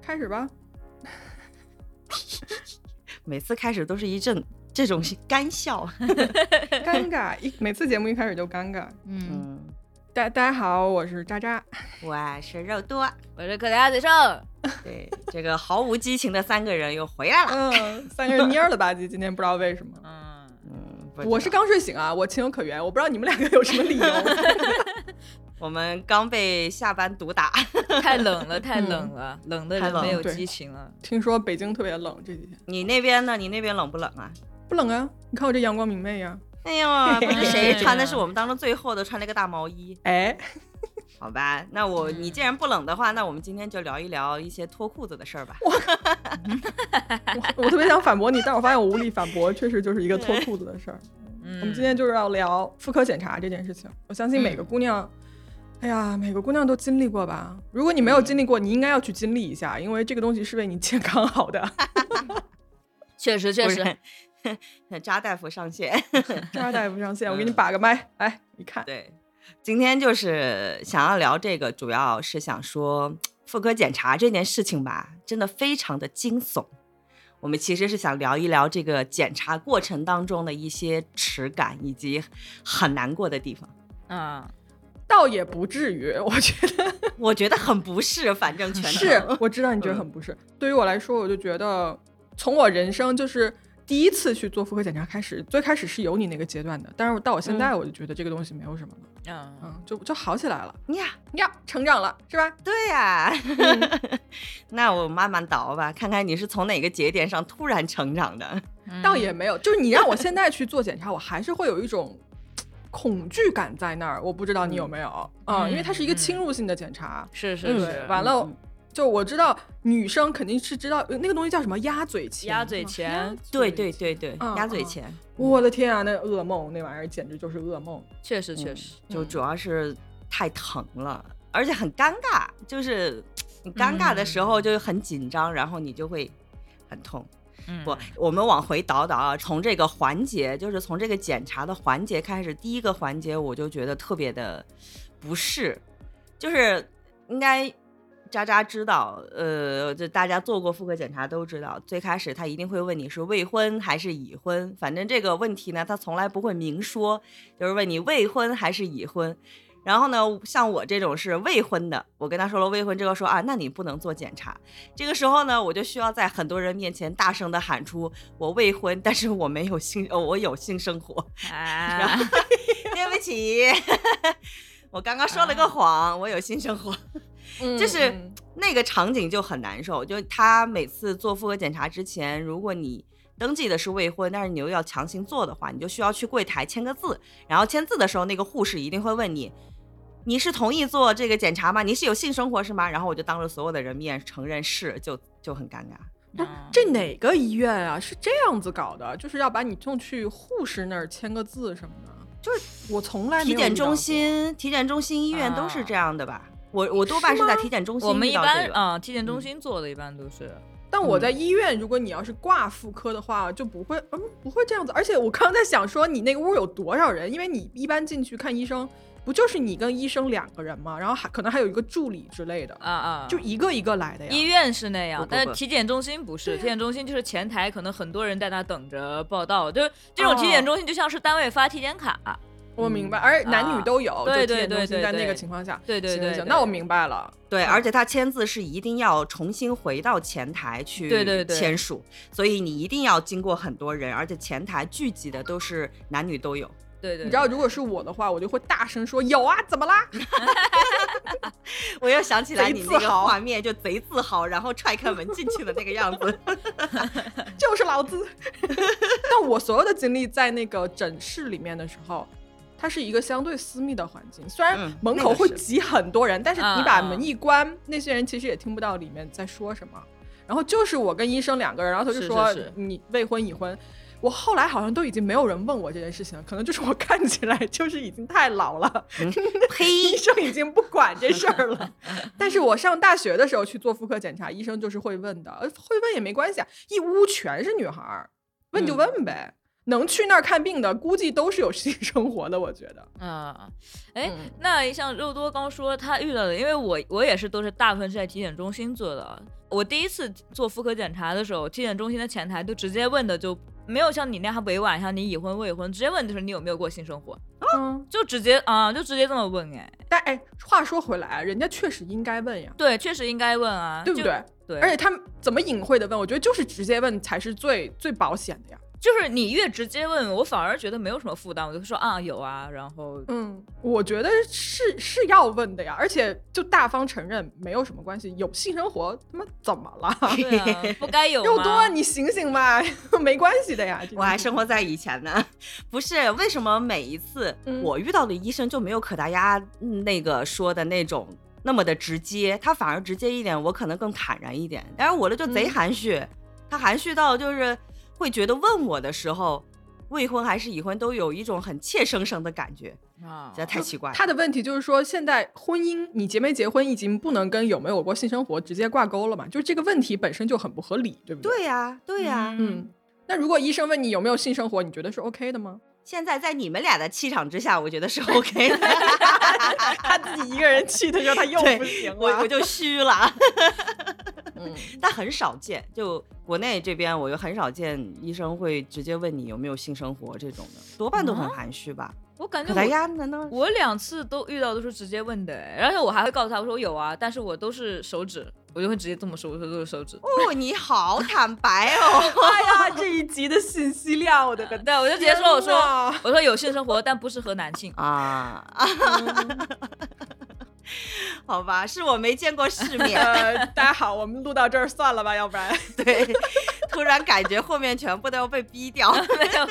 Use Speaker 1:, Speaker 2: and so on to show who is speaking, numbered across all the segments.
Speaker 1: 开始 吧。
Speaker 2: 每次开始都是一阵这种干笑。
Speaker 1: 尴尬，一每次节目一开始就尴尬。
Speaker 3: 嗯，
Speaker 2: 嗯，
Speaker 1: 大大家好，我是渣渣。
Speaker 2: 我是肉多。
Speaker 3: 我是可达鸭嘴兽，
Speaker 2: 对，这个毫无激情的三个人又回来了。
Speaker 1: 嗯，三个人蔫了 吧唧，今天不知道为什么。
Speaker 3: 嗯，
Speaker 2: 嗯，不知道
Speaker 1: 我是刚睡醒啊，我情有可原。我不知道你们两个有什么 理由。
Speaker 2: 我们刚被下班毒打，
Speaker 3: 太冷了，太冷了，冷的
Speaker 2: 太
Speaker 3: 人
Speaker 2: 冷
Speaker 3: 没有
Speaker 1: 对
Speaker 3: 激情了。
Speaker 1: 听说北京特别冷这几天，
Speaker 2: 你那边呢？你那边冷不冷啊？
Speaker 1: 不冷啊？你看我这阳光明媚呀、
Speaker 2: 哎呦，不知谁
Speaker 3: 哎
Speaker 2: 穿的是我们当中最厚的，穿了一个大毛衣。
Speaker 1: 哎，
Speaker 2: 好吧，那我你
Speaker 3: 嗯
Speaker 2: 既然不冷的话，那我们今天就聊一聊一些脱裤子的事儿吧。
Speaker 1: 我我特别想反驳你，但我发现我无力反驳，确实就是一个脱裤子的事 儿。
Speaker 3: 嗯，
Speaker 1: 我们今天就是要聊妇科检查这件事情。我相信每
Speaker 2: 嗯
Speaker 1: 个姑娘，哎呀，每个姑娘都经历过吧？如果你没有经历过，你应该要去经历一下，因为这个东西是为你健康好的。
Speaker 3: 确实确实，
Speaker 2: 实， 扎大夫上线。
Speaker 1: 张大夫 上线，我给你
Speaker 2: 嗯
Speaker 1: 把个麦，来，你看，
Speaker 2: 对，今天就是想要聊这个，主要是想说妇科检查这件事情吧，真的非常的惊悚。我们其实是想聊一聊这个检查过程当中的一些耻感以及很难过的地方。
Speaker 3: 啊，
Speaker 1: 倒也不至于，我觉得
Speaker 2: 我觉得很不适，反正全
Speaker 1: 是
Speaker 2: 程，
Speaker 1: 我知道你觉得很不是。对于我来说，我就觉得从我人生就是第一次去做妇科检查开始，最开始是有你那个阶段的，但是到我现在，我就觉得这个东西没有什么了，
Speaker 3: 嗯，
Speaker 1: 嗯，就就好起来了，
Speaker 2: 呀，
Speaker 1: 呀，成长了，是吧？
Speaker 2: 对呀、
Speaker 1: 嗯
Speaker 2: 那我慢慢倒吧，看看你是从哪个节点上突然成长的。
Speaker 1: 嗯倒
Speaker 3: 嗯
Speaker 1: 也没有，就是你让我现在去做检查，我还是会有一种。恐惧感在那儿，我不知道你有没有啊、嗯因为它是一个
Speaker 3: 嗯
Speaker 1: 侵入性的检查，
Speaker 3: 是是
Speaker 2: 嗯
Speaker 3: 是，
Speaker 1: 完了，就我知道女生肯定是知道呃那个东西叫什么鸭嘴嗯钳，
Speaker 3: 鸭嘴
Speaker 1: 是吗
Speaker 3: 钳，
Speaker 2: 对对对对，
Speaker 1: 嗯
Speaker 2: 鸭嘴
Speaker 1: 嗯
Speaker 2: 钳，
Speaker 1: 我的天啊，那噩梦，那玩意儿简直就是噩梦。
Speaker 3: 确实确
Speaker 2: 嗯
Speaker 3: 实，
Speaker 2: 就
Speaker 1: 嗯
Speaker 2: 主要是太疼了，而且很尴尬，就是你尴尬的时候就很紧张，然后你就会很痛。
Speaker 3: 嗯
Speaker 2: 不，我们往回倒倒啊，从这个环节，就是从这个检查的环节开始，第一个环节我就觉得特别的不适，就是应该。渣渣知道，呃，就大家做过妇科检查都知道，最开始他一定会问你是未婚还是已婚，反正这个问题呢，他从来不会明说，就是问你未婚还是已婚。然后呢，像我这种是未婚的，我跟他说了未婚之后说啊，那你不能做检查。这个时候呢，我就需要在很多人面前大声的喊出我未婚，但是我没有性，呃，我有性生活，
Speaker 3: 啊，
Speaker 2: 对不起， 我刚刚说了个谎，我有性生活。
Speaker 1: 嗯
Speaker 2: 就是
Speaker 1: 嗯
Speaker 2: 那个场景就很难受。就他每次做妇科检查之前，如果你登记的是未婚，但是你又要强行做的话，你就需要去柜台签个字。然后签字的时候，那个护士一定会问你：“你是同意做这个检查吗？你是有性生活是吗？”然后我就当着所有的人面承认是，就就很尴尬。
Speaker 1: 不是
Speaker 3: 嗯
Speaker 1: 这哪个医院啊？是这样子搞的，就是要把你送去护士那儿签个字什么的。就是我从来没
Speaker 2: 体
Speaker 1: 有
Speaker 2: 检
Speaker 1: 遇到
Speaker 2: 中
Speaker 1: 过，
Speaker 2: 心、体检中心、医院都是这样的吧？啊我我多
Speaker 1: 是
Speaker 2: 半是在
Speaker 1: 吗
Speaker 2: 体检中心
Speaker 3: 我们
Speaker 2: 遇
Speaker 3: 一
Speaker 2: 到
Speaker 3: 般
Speaker 2: 这个
Speaker 3: 啊，体检中
Speaker 2: 嗯
Speaker 3: 心做的一般都是，
Speaker 1: 但
Speaker 3: 嗯
Speaker 1: 我在医院，如果你要是挂妇科的话，就不会，嗯，不会这样子。而且我刚刚在想说，你那个屋有多少人？因为你一般进去看医生，不就是你跟医生两个人吗？然后还可能还有一个助理之类的，
Speaker 3: 啊啊，
Speaker 1: 就一个一个来的呀。
Speaker 3: 医院是那样
Speaker 2: 不，不
Speaker 3: 但
Speaker 2: 不
Speaker 3: 是体检中心不是，体检中心就是前台，可能很多人在那等着报到，就是这种体检中心就像是单位发体检卡，
Speaker 1: 我明白，
Speaker 2: 嗯
Speaker 1: 而男女
Speaker 3: 啊
Speaker 1: 都有，
Speaker 3: 对
Speaker 1: 就体检
Speaker 3: 对
Speaker 1: 中
Speaker 3: 对
Speaker 1: 心
Speaker 3: 对
Speaker 1: 在那
Speaker 3: 对
Speaker 1: 个情况下，
Speaker 3: 对对
Speaker 1: 行
Speaker 3: 对
Speaker 1: 行，
Speaker 3: 对
Speaker 1: 那我明白了。
Speaker 2: 对，
Speaker 1: 嗯
Speaker 2: 而且他签字是一定要重新回到前台去
Speaker 3: 对对对
Speaker 2: 签署，所以你一定要经过很多人，而且前台聚集的都是男女都有。
Speaker 3: 对对，
Speaker 1: 你知道，如果是我的话，我就会大声说有啊，怎么啦？
Speaker 2: 我又想起来
Speaker 1: 贼
Speaker 2: 你
Speaker 1: 自
Speaker 2: 那个
Speaker 1: 豪
Speaker 2: 画面，就贼自豪，然后踹开门进去的那个样子。
Speaker 1: 就是老子。 但我所有的经历在那个诊室里面的时候，它是一个相对私密的环境，虽然
Speaker 2: 嗯
Speaker 1: 门口会
Speaker 2: 那个是嗯
Speaker 1: 挤很多人，但是
Speaker 3: 啊
Speaker 1: 你把
Speaker 3: 啊
Speaker 1: 门一关，那些人其实也听不到里面在说什么。然后就是我跟医生两个人，然后他就是说
Speaker 3: 是是
Speaker 1: 你未婚已婚。我后来好像都已经没有人问我这件事情了，可能就是我看起来就是已经太老了，
Speaker 2: 呸！
Speaker 1: 医生已经不管这事儿了。但是我上大学的时候去做妇科检查，医
Speaker 3: 嗯
Speaker 1: 生就是会问的，呃会问也没关系啊，一屋全是女孩儿，问就问呗。能去那儿看病的，估计都是有性生活的。我觉得，
Speaker 3: 啊，哎、
Speaker 1: 嗯
Speaker 3: 那像肉多刚说他遇到的，因为我我也是都是大部分是在体检中心做的。我第一次做妇科检查的时候，体检中心的前台都直接问的就没有像你那样委婉，像你已婚未婚，直接问就是你有没有过性生活，
Speaker 1: 嗯，
Speaker 3: 就直接啊、就直接这么问哎。
Speaker 1: 但哎，话说回来，啊人家确实应该问呀，
Speaker 3: 对，确实应该问啊，
Speaker 1: 对不
Speaker 3: 就
Speaker 1: 对？？
Speaker 3: 对，
Speaker 1: 而且他们怎么隐晦的问？我觉得就是直接问才是最最保险的呀。
Speaker 3: 就是你越直接问我，反而觉得没有什么负担，我就说啊有啊，然后
Speaker 1: 嗯，我觉得是是要问的呀，而且就大方承认没有什么关系，有性生活他妈怎么了？
Speaker 3: 对啊， 不该有
Speaker 1: 肉
Speaker 3: 吗
Speaker 1: 多，你醒醒吧， 没关系的呀。这
Speaker 2: 我还生活在以前呢， 不是为什么每一次
Speaker 1: 嗯
Speaker 2: 我遇到的医生就没有可达鸭那个说的那种那么的直接，他反而直接一点，我可能更坦然一点。但是我的就贼
Speaker 1: 嗯
Speaker 2: 含蓄，他含蓄到就是会觉得问我的时候，未婚还是已婚都有一种很怯生生的感觉，
Speaker 3: 啊
Speaker 2: 实在太奇怪了。
Speaker 1: 他的问题就是说，现在婚姻你结没结婚已经不能跟有没有过性生活直接挂钩了嘛，就是这个问题本身就很不合理，对不对？
Speaker 2: 对呀、对呀、
Speaker 1: 嗯。那如果医生问你有没有性生活，你觉得是 OK 的吗？
Speaker 2: 现在在你们俩的气场之下，我觉得是 OK 的。
Speaker 1: 他自己一个人去的时候，他又
Speaker 2: 对
Speaker 1: 不行
Speaker 2: 我我
Speaker 1: 了。
Speaker 2: 就虚了。
Speaker 1: 嗯
Speaker 2: 但很少见，就国内这边，我又很少见医生会直接问你有没有性生活这种的，多半都很含蓄吧。
Speaker 3: 我感觉
Speaker 2: 可达
Speaker 3: 我
Speaker 2: 鸭难道？
Speaker 3: 我两次都遇到都是直接问的，哎而且我还会告诉他，我说有啊，但是我都是手指，我就会直接这么说，我说都是手指。
Speaker 2: 哦，你好坦白哦。
Speaker 1: 哎呀，这一集的信息量，我的个
Speaker 3: 对，我就直接说，我
Speaker 1: 天
Speaker 3: 说
Speaker 1: 哪
Speaker 3: 我说有性生活，但不适合男性。
Speaker 2: 啊 啊，好吧，是我没见过世 面，
Speaker 1: 呃， 大家好，我们录到这儿算了吧，要不
Speaker 3: 嗯
Speaker 1: 然
Speaker 2: 对，突然感觉后面全部都要被逼 掉。
Speaker 3: 没有，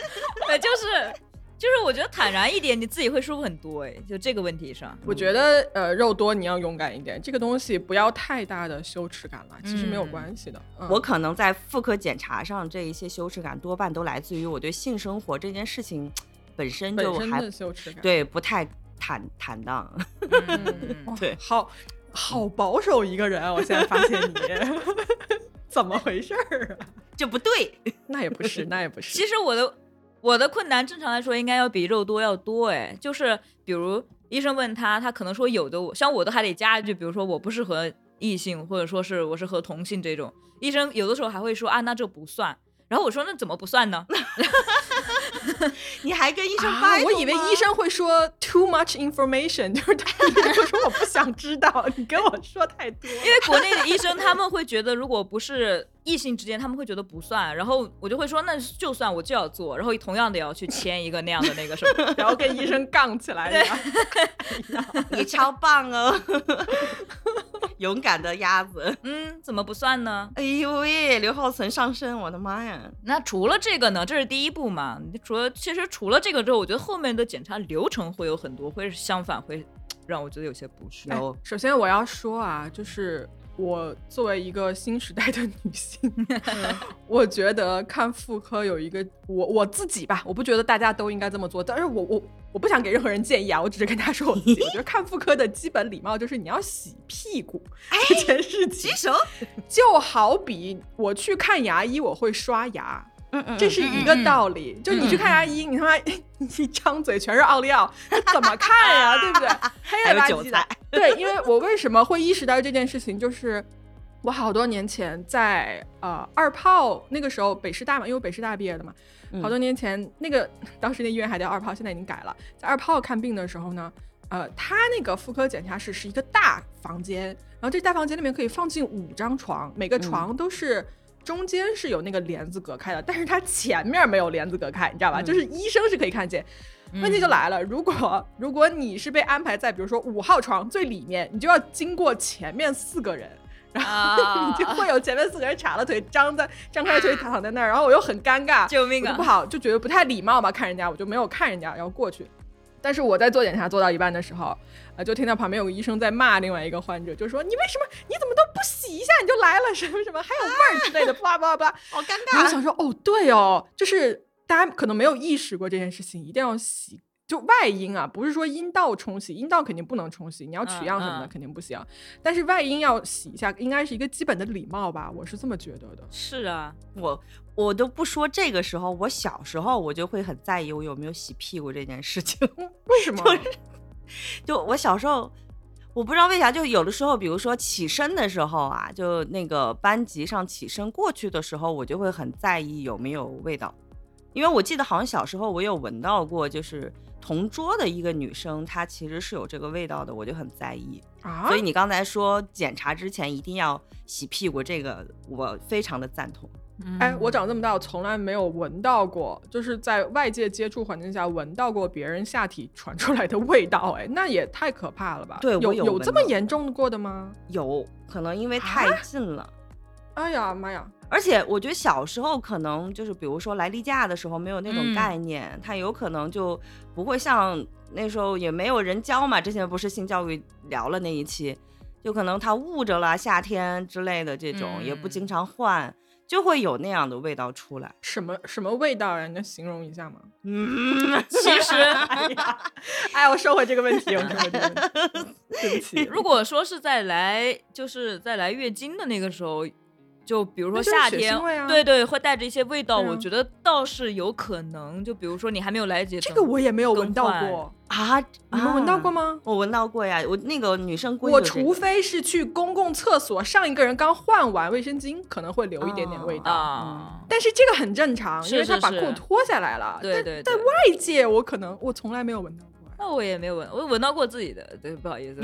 Speaker 3: 对，就是就是，我觉得坦然一点，你自己会舒服很多。哎，就这个问题上，
Speaker 1: 我觉得呃，肉多你要勇敢一点，这个东西不要太大的羞耻感了，其实没有
Speaker 3: 嗯
Speaker 1: 关系的。嗯
Speaker 2: 我可能在妇科检查上这一些羞耻感，多半都来自于我对性生活这件事情本身
Speaker 1: 本
Speaker 2: 就
Speaker 1: 身
Speaker 2: 还
Speaker 1: 的羞耻感，
Speaker 2: 对不太坦坦荡。
Speaker 3: 嗯，
Speaker 2: 对
Speaker 1: 好好保守一个人啊，我现在发现你 怎么回事儿啊？
Speaker 2: 这不对，
Speaker 1: 那也不是，那也不是。
Speaker 3: 其实我的我的困难，正常来说应该要比肉多要多。哎，就是比如医生问他，他可能说有的，像我都还得加一句，比如说我不适合异性，或者说是我是和同性这种。医生有的时候还会说啊，那这不算。然后我说那怎么不算呢？
Speaker 2: 你还跟医生
Speaker 1: 啊
Speaker 2: 掰、！
Speaker 1: 我以为医。生会说 too much information，就是他医生说我不想知道，你跟我说太多。
Speaker 3: 因为国内的医生他们会觉得，如果不是异性之间，他们会觉得不算。然后我就会说，那就算我就要做，然后同样的也要去签一个那样的那个什么。
Speaker 1: 然后跟医生杠起 来了。
Speaker 2: 你超棒哦， 勇敢的鸭子。
Speaker 3: 嗯，怎么不算呢？
Speaker 2: 哎呦喂，刘浩存上身，我的妈呀！
Speaker 3: 那除了这个呢？这是第一步嘛。除了其实除了这个之后，我觉得后面的检查流程会有很多，会是相反会让我觉得有些不适。哦
Speaker 1: 哎
Speaker 2: 有
Speaker 1: 首先我要说啊，就是我作为一个新时代的女性，
Speaker 2: 嗯
Speaker 1: 我觉得看妇科有一个我我自己吧，我不觉得大家都应该这么做，但是我我我不想给任何人建议啊，我只是跟大家说我自 己，我觉得看妇科的基本礼貌就是你要洗屁股 这件事情，
Speaker 2: 洗哎手，
Speaker 1: 就好比我去看牙医，我会刷牙。
Speaker 2: 嗯嗯
Speaker 1: 这是一个道理。就你去看牙医，你他妈 一张嘴全是奥利奥，那怎么看呀？对不 对？黑
Speaker 2: 还
Speaker 1: 了吧
Speaker 2: 有韭
Speaker 1: 唧的
Speaker 2: 菜。，
Speaker 1: 对，因为我为什么会意识到这件事情，就是我好多年前在呃二炮那个时候，北师大嘛，因为我北师大毕业的嘛，
Speaker 2: 嗯
Speaker 1: 好多年前那个当时那医院还叫二炮，现在已经改了。在二炮看病的时候呢，呃，他那个妇科检查室是一个大房间，然后这大房间里面可以放进五张床，每个床都是。中间是有那个帘子隔开的，但是它前面没有帘子隔开，你知道吧？
Speaker 2: 嗯
Speaker 1: 就是医生是可以看见，
Speaker 3: 嗯
Speaker 1: 问题就来了，如果如果你是被安排在比如说五号床最里面，你就要经过前面四个人， 然后
Speaker 3: 啊
Speaker 1: 你就会有前面四个人叉了腿，张在张开了腿躺在那儿，然后我又很尴尬，
Speaker 3: 救命
Speaker 1: 我就
Speaker 3: 啊
Speaker 1: 不！好，就觉得不太礼貌吧，看人家，我就没有看人家，然后过去。但是我在做检查做到一半的时候，呃，就听到旁边有个医生在骂另外一个患者，就说你为什么你怎么都不洗一下你就来了，什么什么还有味儿之
Speaker 3: 啊
Speaker 1: 类的，巴拉巴拉巴拉。
Speaker 2: 好尴
Speaker 1: 然后我
Speaker 2: 尬。
Speaker 1: 想说，哦，对哦，就是大家可能没有意识过这件事情，一定要洗，就外阴啊，不是说阴道冲洗，阴道肯定不能冲洗，你要取样什么的
Speaker 3: 嗯嗯
Speaker 1: 肯定不行，但是外阴要洗一下，应该是一个基本的礼貌吧，我是这么觉得的。
Speaker 3: 是 啊，
Speaker 2: 我我都不说这个时候，我小时候我就会很在意我有没有洗屁股这件事情。
Speaker 1: 为什么？
Speaker 2: 就我小时候，我不知道为啥，就有的时候，比如说起身的时候啊，就那个班级上起身过去的时候，我就会很在意有没有味道，因为我记得好像小时候我有闻到过，就是同桌的一个女生，她其实是有这个味道的，我就很在意。
Speaker 1: 啊
Speaker 2: 所以你刚才说检查之前一定要洗屁股，这个我非常的赞同。嗯
Speaker 1: 哎，我长这么大，我从来没有闻到过，就是在外界接触环境下闻到过别人下体传出来的味道，哎，那也太可怕了吧？
Speaker 2: 对我
Speaker 1: 有
Speaker 2: 有
Speaker 1: 有
Speaker 2: 闻
Speaker 1: 这么
Speaker 2: 到
Speaker 1: 严重过的吗？
Speaker 2: 有可能因为
Speaker 1: 啊
Speaker 2: 太近了。
Speaker 1: 哎呀妈呀！
Speaker 2: 而且我觉得小时候可能就是，比如说来例假的时候没有那种
Speaker 3: 嗯
Speaker 2: 概念，他有可能就不会像那时候也没有人教嘛。之前不是性教育聊了那一期，就可能他捂着啦，夏天之类的这种、
Speaker 3: 嗯
Speaker 2: 也不经常换，就会有那样的味道出来。
Speaker 1: 什么什么味道呀？啊你能形容一下吗？
Speaker 2: 嗯，
Speaker 3: 其实。
Speaker 1: 哎，我收回这个问题，我收回这个问题， 对不起。
Speaker 3: 哎如果说是在来，就是在来月经的那个时候，就比如说
Speaker 1: 那就是
Speaker 3: 夏
Speaker 1: 血
Speaker 3: 天，
Speaker 1: 腥味啊
Speaker 3: 对对，会带着一些味道，
Speaker 1: 对啊
Speaker 3: 我觉得倒是有可能。就比如说你还没有来得及，
Speaker 1: 这个我也没有
Speaker 3: 更
Speaker 1: 闻到
Speaker 3: 换
Speaker 1: 过，
Speaker 2: 啊，
Speaker 1: 你们闻到过
Speaker 2: 吗？
Speaker 1: 吗？
Speaker 2: 我闻到过呀，我那个女生闺
Speaker 1: 我
Speaker 2: 女这个
Speaker 1: 除非是去公共厕所，上一个人刚换完卫生巾，可能会留一点点味道。
Speaker 3: 啊，
Speaker 1: 但是这个很正常，因为
Speaker 3: 是
Speaker 1: 他
Speaker 3: 是
Speaker 1: 把
Speaker 3: 是
Speaker 1: 裤脱下来了。
Speaker 3: 对
Speaker 1: 但
Speaker 3: 对
Speaker 1: 但
Speaker 3: 对
Speaker 1: 外界我可能我从来没有闻到过。
Speaker 3: 那我也没有闻，我闻到过自己的，对，不好 意思，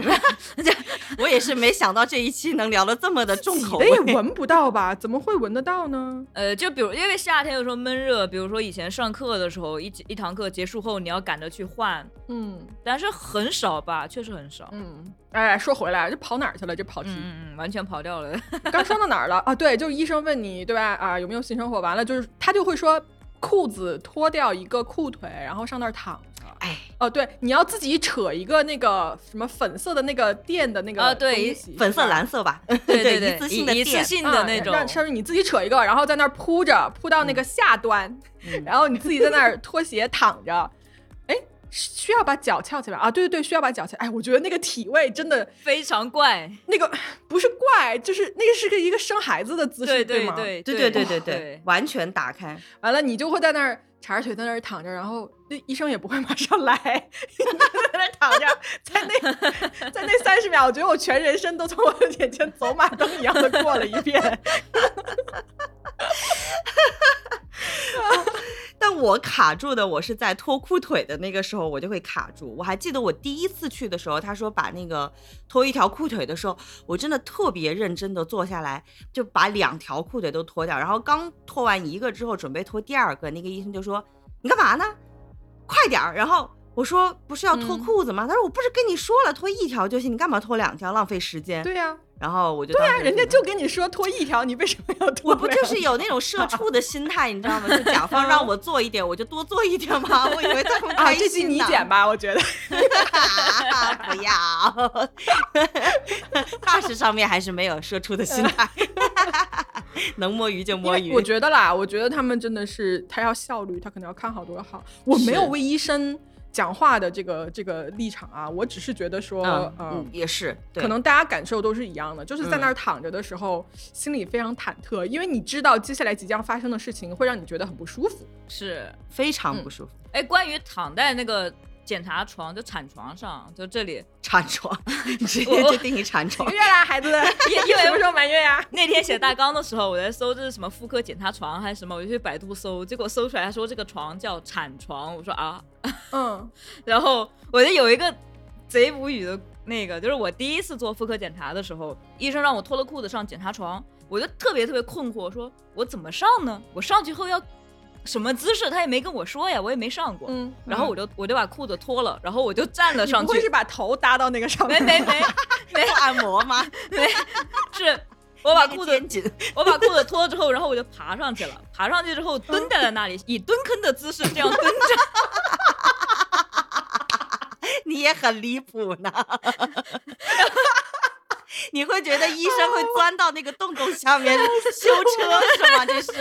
Speaker 2: 我也是没想到这一期能聊得这么的重口
Speaker 1: 你的
Speaker 2: 味。
Speaker 1: 也闻不到吧？怎么会闻得到 呢？
Speaker 3: 呃，就比如因为夏天有时候闷热，比如说以前上课的时候，一节一堂课结束后你要赶着去换，
Speaker 1: 嗯
Speaker 3: 但是很少吧，确实很少。
Speaker 1: 嗯，哎，说回来，这跑哪儿去了？这跑题，
Speaker 3: 嗯嗯，完全跑掉了。
Speaker 1: 刚说到哪儿了啊？对，就是医生问你对吧？啊，有没有性生活？完了就是他就会说裤子脱掉一个裤腿，然后上那儿躺着。
Speaker 2: 哎，
Speaker 1: 哦，对，你要自己扯一个那个什么粉色的那个垫的那个
Speaker 3: 啊对
Speaker 1: 东
Speaker 3: 一
Speaker 1: 西
Speaker 2: 粉色
Speaker 1: 是吧
Speaker 2: 蓝色吧，
Speaker 3: 对对
Speaker 2: 一
Speaker 3: 对，
Speaker 2: 次性的
Speaker 3: 一次
Speaker 2: 垫
Speaker 3: 性
Speaker 1: 啊
Speaker 3: 的那种，
Speaker 1: 让甚至你自己扯一个，然后在那儿铺着，铺到那个下端，
Speaker 2: 嗯
Speaker 1: 然后你自己在那儿脱鞋躺着。哎，需要把脚翘起来啊？对对对，需要把脚翘。哎，我觉得那个体位真的，
Speaker 3: 非常怪。
Speaker 1: 那个 不是怪，就是那个是个一个生孩子的姿势，
Speaker 3: 对
Speaker 1: 对
Speaker 3: 对
Speaker 1: 吗？
Speaker 3: 对
Speaker 2: 对
Speaker 3: 对
Speaker 2: 对对对对，完全打开。
Speaker 1: 完了，你就会在那儿叉着腿在那儿躺着，然后那医生也不会马上来， 你就在那儿躺着，在那在那三十秒，我觉得我全人生都从我的眼前走马灯一样的过了一 遍。
Speaker 2: 但我卡住的，我是在脱裤腿的那个时候，我就会卡住。我还记得我第一次去的时候，他说把那个脱一条裤腿的时候，我真的特别认真的坐下来，就把两条裤腿都脱掉。然后刚脱完一个之后，准备脱第二个，那个医生就说：“你干嘛呢？快点儿！”然后我说：“不是要脱
Speaker 1: 嗯
Speaker 2: 裤子吗？”他说：“我不是跟你说了脱一条就行，你干嘛脱两条，浪费时间。
Speaker 1: 对呀、”
Speaker 2: 然后我就对
Speaker 1: 那人家就跟你说脱一条，你为什么要脱？
Speaker 2: 我不就是有那种社畜的心态，你知道吗？就甲方让我做一点，我就多做一点嘛。我以为他们
Speaker 1: 啊？
Speaker 2: 开
Speaker 1: 这期
Speaker 2: 心
Speaker 1: 你
Speaker 2: 呢。
Speaker 1: 剪吧，我觉 得
Speaker 2: 不要，大事上面还是没有社畜的 心态，能摸鱼就
Speaker 1: 因
Speaker 2: 摸
Speaker 1: 为
Speaker 2: 鱼。
Speaker 1: 我觉得啦，我觉得他们真的是他要效率，他可能要看好多好。我没有
Speaker 2: 是
Speaker 1: 为医生讲话的这个这个立场啊，我只是觉得说，
Speaker 2: 嗯
Speaker 1: 呃
Speaker 2: 嗯也是，对
Speaker 1: 可能大家感受都是一样的，就是在那儿躺着的时候，心里非常忐忑，因为你知道接下来即将发生的事情会让你觉得很不舒服。
Speaker 3: 是。
Speaker 2: 非常
Speaker 1: 嗯
Speaker 2: 不舒服。
Speaker 3: 哎，关于躺在那个检查床，就产床上，就这里
Speaker 2: 产床， 直接
Speaker 3: 我
Speaker 2: 就定义产床
Speaker 1: 月。啦，孩 子，
Speaker 3: 因为
Speaker 1: 什么时候满月呀、
Speaker 3: 那天写大纲的时候，我在搜这是什么妇科检查床还是什么，我就去百度搜，结果搜出来他说这个床叫产床，我说啊，
Speaker 1: 嗯，
Speaker 3: 然后我就有一个贼无语的那个，就是我第一次做妇科检查的时候，医生让我脱了裤子上检查床，我就特别特别困惑，说我怎么上呢？我上去后要什么姿势？他也没跟我说呀，我也没上过。
Speaker 1: 嗯，
Speaker 3: 然后我就我就把裤子脱了，然后我就站了上
Speaker 1: 不会是
Speaker 3: 去。
Speaker 1: 把头搭到那个上
Speaker 3: 没
Speaker 1: 面？
Speaker 3: 没没，
Speaker 2: 做按摩吗？
Speaker 3: 是我把
Speaker 2: 那个
Speaker 3: 裤
Speaker 2: 肩
Speaker 3: 子
Speaker 2: 颈，
Speaker 3: 我把裤子脱了之后，然后我就爬上去了。爬上去之
Speaker 1: 嗯
Speaker 3: 后蹲在了那里，以蹲坑的姿势这样蹲 着。
Speaker 2: 你也很离谱呢。 你会觉得医生
Speaker 3: 哦
Speaker 2: 会钻到那个洞洞下面修车是吗？这是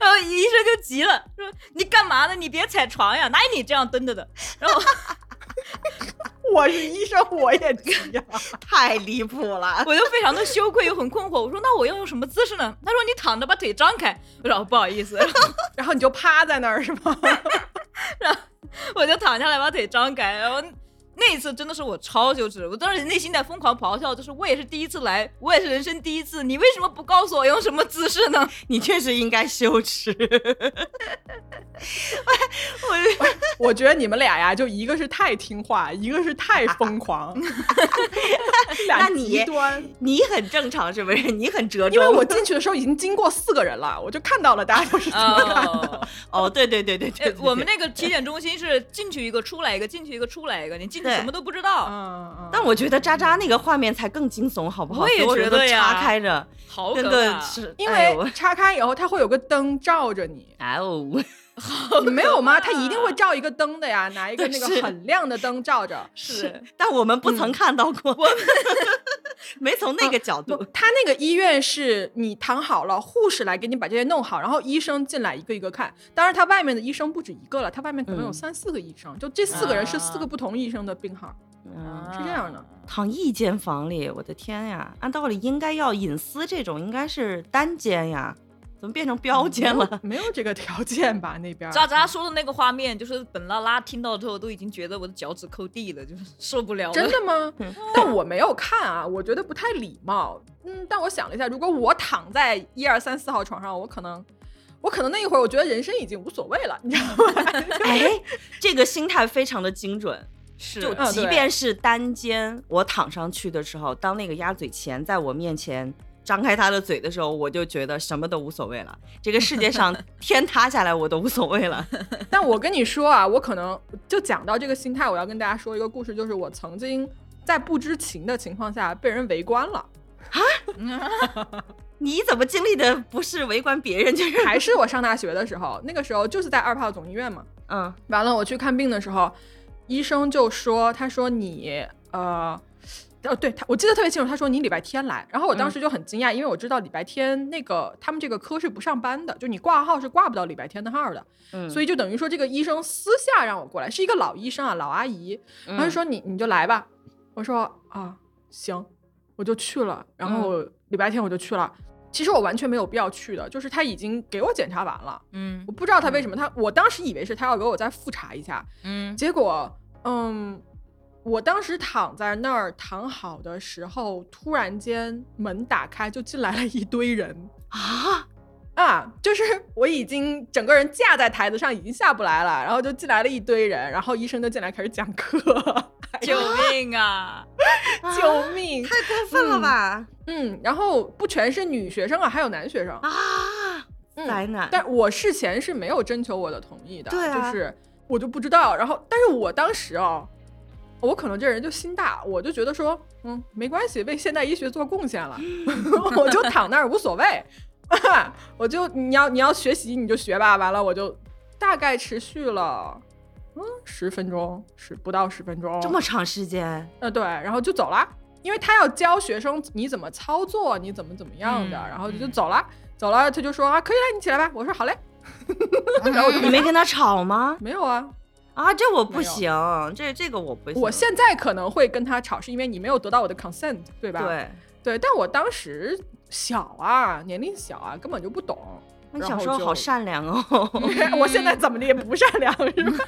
Speaker 3: 然后医生就急了，说你干嘛呢？你别踩床呀，哪有你这样蹲着的？然后
Speaker 1: 我是医生，我也急呀、
Speaker 2: 太离谱了。
Speaker 3: 我就非常的羞愧又很困惑，我说那我要用什么姿势呢？他说你躺着把腿张开，我说哦不好意思，然 后
Speaker 1: 然后你就趴在那儿是吗？
Speaker 3: 我就躺下来把腿张开，然后。那一次真的是我超羞耻，我当时内心在疯狂咆哮，就是我也是第一次来，我也是人生第一次，你为什么不告诉我用什么姿势呢？
Speaker 2: 你确实应该羞耻。我
Speaker 1: 我觉得你们俩呀，就一个是太听话，一个是太疯狂，
Speaker 2: 那
Speaker 1: 俩
Speaker 2: 你
Speaker 1: 极端。
Speaker 2: 你很正常是不是？你很折
Speaker 1: 因
Speaker 2: 中。
Speaker 1: 为我进去的时候已经经过四个人了，我就看到了大家都 是怎么干的。
Speaker 3: 哦，
Speaker 2: 哦，对对对对对
Speaker 3: 哎
Speaker 2: 对，
Speaker 3: 我们
Speaker 2: 对
Speaker 3: 那个体检中心是进去一个出来一个，进去一个出来一个，你进去
Speaker 2: 对
Speaker 3: 什么都不知道，
Speaker 1: 嗯嗯，
Speaker 2: 但我觉得渣渣那个画面才更惊悚，好不好？
Speaker 3: 我也
Speaker 2: 所有人
Speaker 3: 觉得
Speaker 2: 都
Speaker 3: 呀
Speaker 2: 岔开着，
Speaker 3: 好
Speaker 2: 跟
Speaker 3: 可
Speaker 2: 个
Speaker 3: 怕！
Speaker 2: 是
Speaker 1: 因
Speaker 2: 哎
Speaker 1: 为
Speaker 2: 呦
Speaker 1: 插开以后，它会有个灯照着 你，
Speaker 2: 哎呦，
Speaker 1: 你没有吗？它一定
Speaker 3: 可怕
Speaker 1: 会 照一个灯的呀，拿一个那个
Speaker 2: 对是
Speaker 1: 很亮的灯照着。
Speaker 3: 是，嗯
Speaker 2: 但我们不曾看到过，我们 没从那个角
Speaker 3: 哦
Speaker 1: 不
Speaker 2: 度，，
Speaker 1: 他那个医院是你躺好了，护士来给你把这些弄好，然后医生进来一个一个看。当然，他外面的医生不止一个了，他外面可能有
Speaker 2: 嗯
Speaker 1: 三四个医生，就这四个人是四
Speaker 3: 啊
Speaker 1: 个不同医生的病号，
Speaker 2: 嗯，
Speaker 1: 是这样的。
Speaker 2: 躺一间房里，我的天呀！按道理应该要隐私，这种应该是单间呀，怎么变成标间了？
Speaker 1: 没有这个条件吧？那边儿
Speaker 3: 渣渣说的那个画面，就是本拉拉听到之后都已经觉得我的脚趾抠地了，就是受不了了。
Speaker 1: 真的吗？但我没有看啊，我觉得不太礼貌。嗯，但我想了一下，如果我躺在一二三四号床上，我可能，我可能那一会儿我觉得人生已经无所谓了，你知道吗？
Speaker 2: 哎，这个心态非常的精准。
Speaker 3: 是
Speaker 2: 就
Speaker 1: 嗯
Speaker 2: 即
Speaker 1: 对
Speaker 2: 便是单间，我躺上去的时候，当那个鸭嘴钳在我面前张开它的嘴的时候，我就觉得什么都无所谓了。这个世 界上天塌下来我都无所谓了。
Speaker 1: 但我跟你说啊，我可能就讲到这个心态，我要跟大家说一个故事，就是我曾经在不知情的情况下被人围观了，
Speaker 2: 你怎么经历的不是围观别人，就是
Speaker 1: 还是我上大学的时候，那个时候就是在二炮总医院嘛。
Speaker 2: 嗯
Speaker 1: 完了，我去看病的时候，医生就说：“他说你呃，哦，对他，我记得特别清楚，他说你礼拜天来。”然后我当时就很惊
Speaker 3: 嗯
Speaker 1: 讶，因为我知道礼拜天那个他们这个科是不上班的，就你挂号是挂不到礼拜天的号的，
Speaker 2: 嗯，
Speaker 1: 所
Speaker 2: 以
Speaker 1: 以就等于说这个医生私下让我过来，是一个老医生啊，老阿姨，
Speaker 3: 嗯
Speaker 1: 然后就说你你就来吧，我说啊行，我就去了，然后礼拜天我就去了。其实我完全没有必要去的，就是他已经给我检查完了，
Speaker 3: 嗯
Speaker 1: 我不知道他为什么他，我当时以为是他要给我再复查一下，
Speaker 3: 嗯
Speaker 1: 结果，嗯，我当时躺在那儿躺好的时候，突然间门打开，就进来了一堆人
Speaker 2: 啊，
Speaker 1: 啊！就是我已经整个人架在台子上，已经下不来了，然后就进来了一堆人，然后医生就进来开始讲课， 哎
Speaker 3: 救命哎啊！
Speaker 2: 啊
Speaker 1: 救命！
Speaker 2: 太过分了吧、
Speaker 1: 嗯，然后不全是女学生啊，还有男学生。
Speaker 2: 啊！
Speaker 1: 嗯
Speaker 2: 灾难，
Speaker 1: 但我事前是没有征求我的同意的，
Speaker 2: 对啊
Speaker 1: 就是我就不知道。然后，但是我当时哦，我可能这人就心大，我就觉得说，嗯，没关系，为现代医学做贡献了， 我就躺那儿无所谓， 我就你要你要学习你就学吧。完了，我就大概持续了。嗯，十分钟，十不到十分钟，
Speaker 2: 这么长时间，
Speaker 1: 呃，对，然后就走了，因为他要教学生你怎么操作，你怎么怎么样的，
Speaker 3: 嗯
Speaker 1: 然后就
Speaker 3: 嗯
Speaker 1: 走了，走了，他就说啊，可以了，你起来吧。我说好嘞， 然后我就
Speaker 2: 你没跟他吵吗？
Speaker 1: 没有啊，
Speaker 2: 啊，这我不
Speaker 1: 没有
Speaker 2: 行，这这个我不行。
Speaker 1: 我现在可能会跟他吵，是因为你没有得到我的 consent，对吧？
Speaker 2: 对，
Speaker 1: 对但我当时小啊，年龄小啊，根本就不懂。
Speaker 2: 那
Speaker 1: 然
Speaker 2: 小
Speaker 1: 后
Speaker 2: 时候
Speaker 1: 就
Speaker 2: 好善良哦。
Speaker 1: 我现在怎么的也不善良是吧？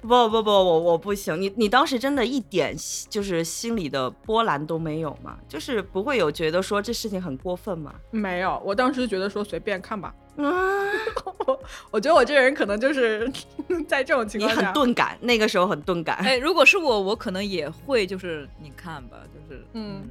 Speaker 2: 不不不，我我不行。你你当时真的一点心就是心里的波澜都没有吗？就是不会有觉得说这事情很过分吗？
Speaker 1: 没有，我当时觉得说随便看吧，嗯
Speaker 2: 啊，
Speaker 1: 我觉得我这人可能就是 在这种情
Speaker 2: 你
Speaker 1: 况
Speaker 2: 很
Speaker 1: 下，
Speaker 2: 钝感，那个时候很钝感。
Speaker 3: 哎，如果是我，我可能也会，就是你看吧，就是
Speaker 1: 嗯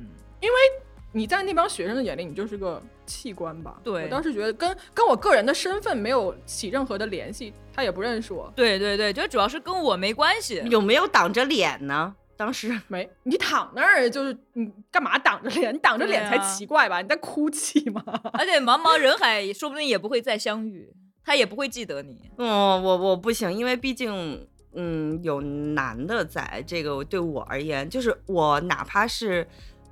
Speaker 1: 你在那帮学生的眼里，你就是个器官吧？
Speaker 3: 对
Speaker 1: 我当时觉得跟跟我个人的身份没有起任何的联系，他也不认识我。
Speaker 3: 对对对，就主要是跟我没关系。
Speaker 2: 有没有挡着脸呢？当时
Speaker 1: 没，你躺那儿就是你干嘛挡着脸？你挡着脸才
Speaker 3: 对啊
Speaker 1: 奇怪吧？你在哭泣吗？
Speaker 3: 而且茫茫人海，说不定也不会再相遇，他也不会记得你。
Speaker 2: 嗯，我我不行，因为毕竟嗯，有难的在这个对我而言，就是我哪怕是